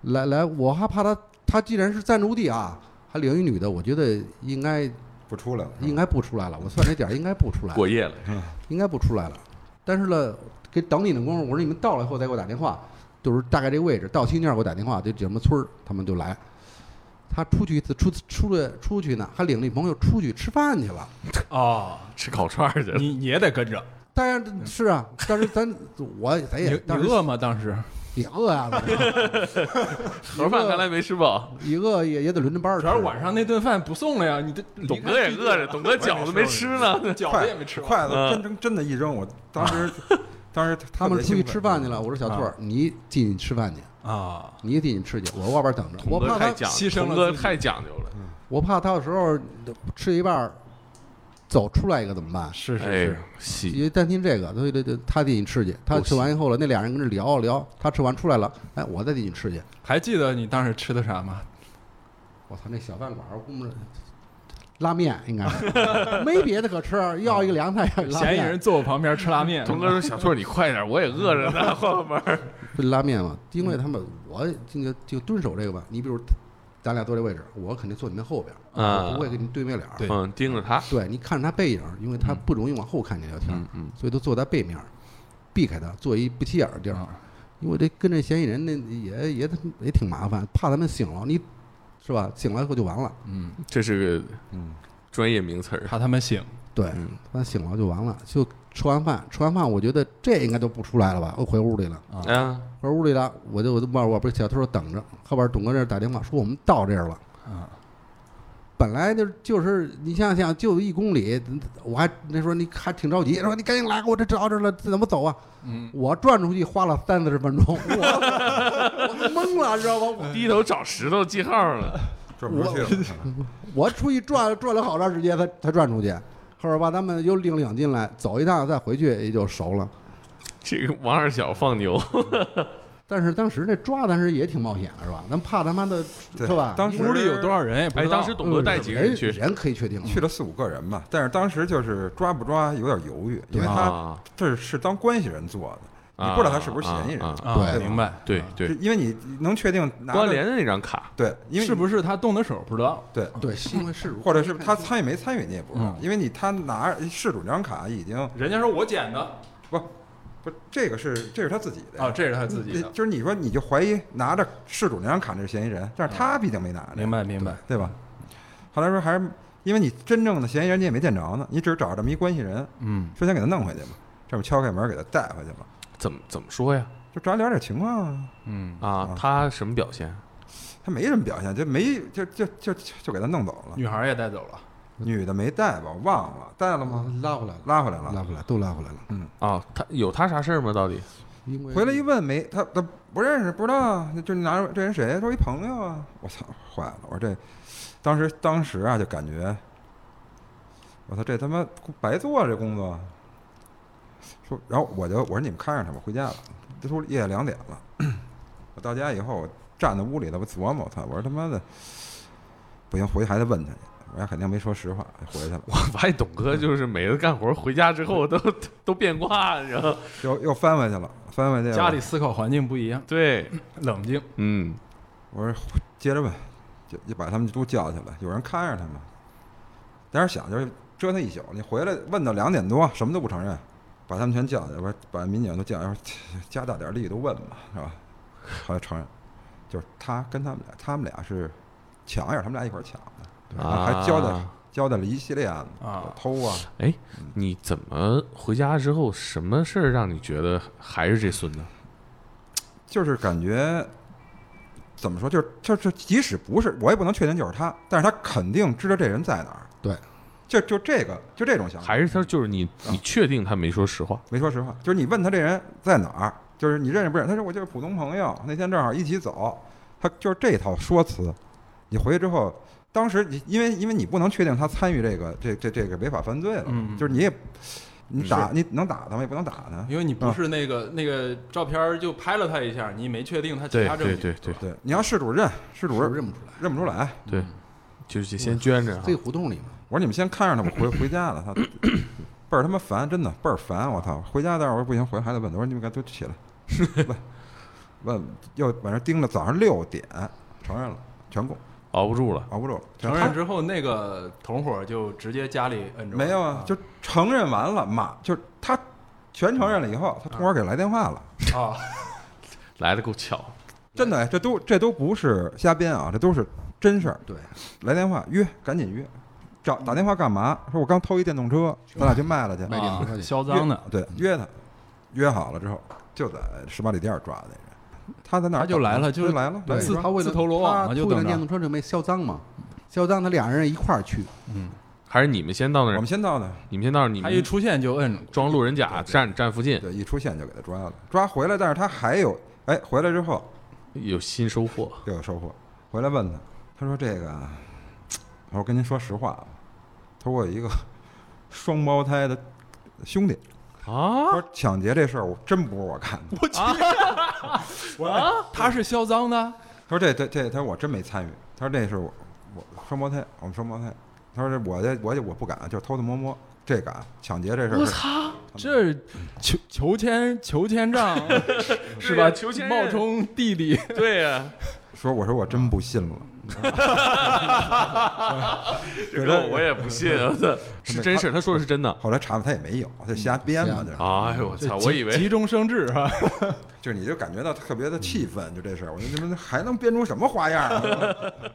S2: 来来，我还怕他，他既然是暂住地啊，还领一女的，我觉得应该
S3: 不出来了。
S2: 应该不出来了，我算这点儿应该不出来 了，
S1: 过夜了，
S2: 应该不出来了。但是呢，给等你的功夫，我说你们到了以后再给我打电话，就是大概这位置，到青年给我打电话，就什么村儿，他们就来。他出去一次，出出了出去呢，还领着一朋友出去吃饭去了。
S5: 哦，
S1: 吃烤串儿去了。
S5: 你你也得跟着，
S2: 当然是啊，但是咱我咱
S5: 嗯你
S2: 也
S5: 你
S2: 哎当时
S5: 饿吗？当时
S2: 也饿啊 呀、
S1: 盒饭看来没吃饱，
S2: 一饿也也得轮着班儿吃。
S5: 主要是晚上那顿饭不送了呀，你这
S1: 董哥也 饿着，，董哥饺子没吃呢。
S5: 饺
S3: 筷
S1: 嗯
S5: 子也没吃完，
S3: 筷子真真真的一扔，我当时当时
S2: 他们出去吃饭去了，我说小
S5: 啊
S2: 兔儿，你进去吃饭去，
S5: 啊，
S2: 你进去吃去，我外边等着。我
S1: 童哥
S2: 怕
S1: 太
S2: 他，
S1: 讲，
S5: 牺牲了
S1: 童哥
S5: 自己
S1: 太讲究了。
S2: 我怕他有时候吃一半儿走出来一个怎么办？
S5: 是是
S1: 哎
S5: 是，，
S1: 戏
S2: 也担心这个，所以这这他进去吃去，他吃完以后了，那俩人跟这聊聊，他吃完出来了，哎，我再进去吃去。
S5: 还记得你当时吃的啥吗？
S2: 我操，那小饭馆儿，我估摸着拉面应该 是没别的可吃，要一个凉菜，要一个拉
S5: 嫌疑
S2: 面
S5: 人，坐我旁边吃拉面，
S1: 童哥说：“小兔儿，你快点儿，我也饿着呢， 后门儿。
S2: 就拉面嘛。因为他们我这个就蹲守这个吧，你比如咱俩坐这位置，我肯定坐你们后边儿，
S1: 啊
S2: 我不会跟你对面脸儿。
S5: 对嗯
S1: 嗯，盯着他。
S2: 对你看着他背影，因为他不容易往后看你聊天，
S1: 嗯嗯，
S2: 所以都坐在背面儿，避开他，做一不起眼儿的地儿。
S5: 啊
S2: 因为这跟这嫌疑人那也也也挺麻烦，怕他们醒了，你是吧？醒了以后就完了。
S5: 嗯，
S1: 这是个
S3: 嗯
S1: 专业名词儿。
S5: 怕他们醒，
S2: 对，他醒了就完了，就吃完饭，吃完饭我觉得这应该都不出来了吧？我回屋里了，
S1: 啊，
S2: 回屋里了，我就我就外我不是小偷说等着，后边董哥这儿打电话说我们到这儿了。
S5: 啊，
S2: 本来就是就是你想想，就一公里，我还那时候你还挺着急，说你赶紧来，我这到这儿了，这怎么走啊？
S5: 嗯，
S2: 我转出去花了三四十 分钟，我我都懵了，知道吧？我
S1: 低头找石头记号了。
S3: 转不出去了。
S2: 嗯我出去转转了好长时间才才转出去，后边把他们又领领进来，走一趟再回去也就熟了。
S1: 这个王二小放牛，
S2: 但是当时那抓，但是也挺冒险的，是吧？咱怕他妈的，
S3: 对
S2: 是吧？嗯
S3: 当时
S5: 屋里有多少人也不
S1: 哎，
S5: 知道。
S1: 当时董哥带几个人
S3: 嗯
S1: 去？
S2: 人可以确定吗
S3: 去了四五个人吧，但是当时就是抓不抓有点犹豫，因为他
S1: 啊，
S3: 这是当关系人做的，你不知道他是不是嫌疑
S1: 啊啊，
S3: 人
S5: 啊
S2: 对
S5: 明白，
S1: 对
S5: 啊
S1: 对
S3: 是，因为你能确定拿着
S1: 关联的那张卡，
S3: 对，因为
S5: 是
S3: 你
S5: 不是他动的手不知道？
S3: 对，
S2: 对，是因为是
S3: 或者是他参与没参与你也不知道
S5: 嗯，
S3: 因为你他拿着事主那张卡已经
S5: 人家说我捡的啊
S3: 不这个是这是他自己
S1: 啊
S3: 的，呀。
S5: 哦这是他自己的。
S3: 就是你说你就怀疑拿着事主那张卡那是嫌疑人，但是他毕竟没拿着，
S5: 嗯明白明白，
S3: 对吧？后来说还是因为你真正的嫌疑人你也没见着呢，你只是找着这么一关系人，
S5: 嗯，
S3: 说先给他弄回去吧，这么敲开门给他带回去吧，
S1: 怎么怎么说呀？
S3: 就咱聊点情况啊。
S5: 嗯，
S1: 啊
S3: 啊，
S1: 他什么表现？
S3: 他没什么表现，就没就就就就就给他弄走了。
S5: 女孩也带走了，
S3: 女的没带吧？我忘了，带了吗？
S2: 嗯拉回来了，
S3: 拉回来了。
S2: 拉回来都拉回来了，
S1: 啊，他有他啥事儿吗？到底？
S2: 因为
S3: 回来一问没，他他不认识，不知道，那就拿着这人谁？说一朋友啊。我操，坏了！我说这，当时当时啊，就感觉，我操，这他妈白做啊这工作。说，然后我就我说你们看着他吧，回家了。这都夜里两点了，我到家以后，我站在屋里头，我琢磨，我操，我说他妈的，不行，回去还得问他去。我家肯定没说实话，就回去了。
S1: 我 发现董哥就是每次干活回家之后都都变卦，然 后
S3: 又又翻回去了，翻回去了
S5: 家里思考环境不一样，
S1: 对，
S5: 冷静。
S1: 嗯，
S3: 我说接着问，就就把他们都叫起来，有人看着他们。当时想就是折腾一宿，你回来问到两点多，什么都不承认，把他们全叫起来，我说把民警都叫起来，我说加大点力度问吧，是吧？后来承认，就是他跟他们俩，他们俩是抢也是他们俩一块儿抢的，
S1: 啊
S3: 还交代交代了一系列案子，
S5: 啊
S3: 偷啊，
S1: 你怎么回家之后，什么事儿让你觉得还是这孙子？
S3: 就是感觉怎么说，就是就是，即使不是我也不能确定就是他，但是他肯定知道这人在哪儿。
S2: 对，
S3: 就就这个就这种想法，
S1: 还是他就是你，你确定他没说实话？
S3: 没说实话，就是你问他这人在哪儿，就是你认识不认识？他说我就是普通朋友，那天正好一起走，他就是这套说辞。你回去之后，当时你因为因为你不能确定他参与这个这这这个违法犯罪了，
S5: 嗯
S3: 就是你也你打你能打他吗？也不能打他。
S5: 因为你不是那个那个照片儿就拍了他一下，你没确定他其
S1: 对
S5: 他证据。
S1: 对对对
S3: 对，你要事主认，事主
S2: 是
S3: 认
S2: 认不出来，
S3: 认不出来。
S5: 嗯
S1: 对，就是先捐着啊
S2: 黑胡同里嘛，
S3: 我说你们先看着他，我回回家了，他倍儿他妈烦，真的倍儿烦，我操！回家但是我说不行，回来还得问他，我说你们该都起来，问问又晚上盯着早上六点，承认了，全供
S1: 熬不住了。
S3: 熬不住了，
S5: 承认之后，那个同伙就直接家里摁着。
S3: 没有啊，就承认完了，马就是他全承认了以后，他同伙给来电话了，
S5: 啊，
S1: 来的够巧，
S3: 真的，哎这都这都不是瞎编啊，这都是真事儿，
S2: 对，
S3: 来电话约，赶紧约，找打电话干嘛？说我刚偷一电动车，咱俩去卖了去，
S2: 卖电话去
S5: 销赃的，
S3: 对，约他，约好了之后就在十八里店儿抓的人，他在那儿
S5: 他就来了
S3: 等
S5: 就是
S3: 他来了，
S5: 对
S3: 自
S5: 自
S2: 他为了
S5: 自投罗网
S2: 他
S5: 嘛就
S2: 推
S5: 等
S2: 那
S5: 着
S2: 电动车就没销赃嘛，销赃他俩人一块儿去，
S5: 嗯，
S1: 还是你们先到那儿
S3: 我们？先到的，
S1: 你们先到那儿，你
S5: 他一
S1: 们
S5: 出现就摁住，
S1: 装路人甲站站附近，
S3: 对，一出现就给他抓了，抓回来，但是他还有，哎，回来之后
S1: 有新收获。
S3: 又有收获，回来问他，他说这个，我说跟您说实话啊，他说我有一个 双胞胎的兄弟，
S1: 啊
S5: 哦
S3: 他说抢劫这事儿我真不是我干的，
S5: 他是销赃的，
S3: 他说这这这，他说我真没参与，他说这是我我双胞胎，我们双胞胎，他说这我这我这我不敢，啊就是偷偷摸摸，这敢抢劫这事儿，
S1: 我操！
S5: 这求求签求签账是吧？
S1: 求签
S5: 冒充弟弟，
S1: 对呀，
S3: 说我说我真不信了，
S1: 这个我也不信，啊 我操是真事儿，他说的是真的。
S3: 后来查他也没有，他嗯瞎编嘛，就是
S1: 哎呦我操！我以
S5: 急
S1: 为
S5: 急中生智啊！
S3: 就是你就感觉到特别的气愤，就这事儿，我说你们还能编出什么花样儿啊？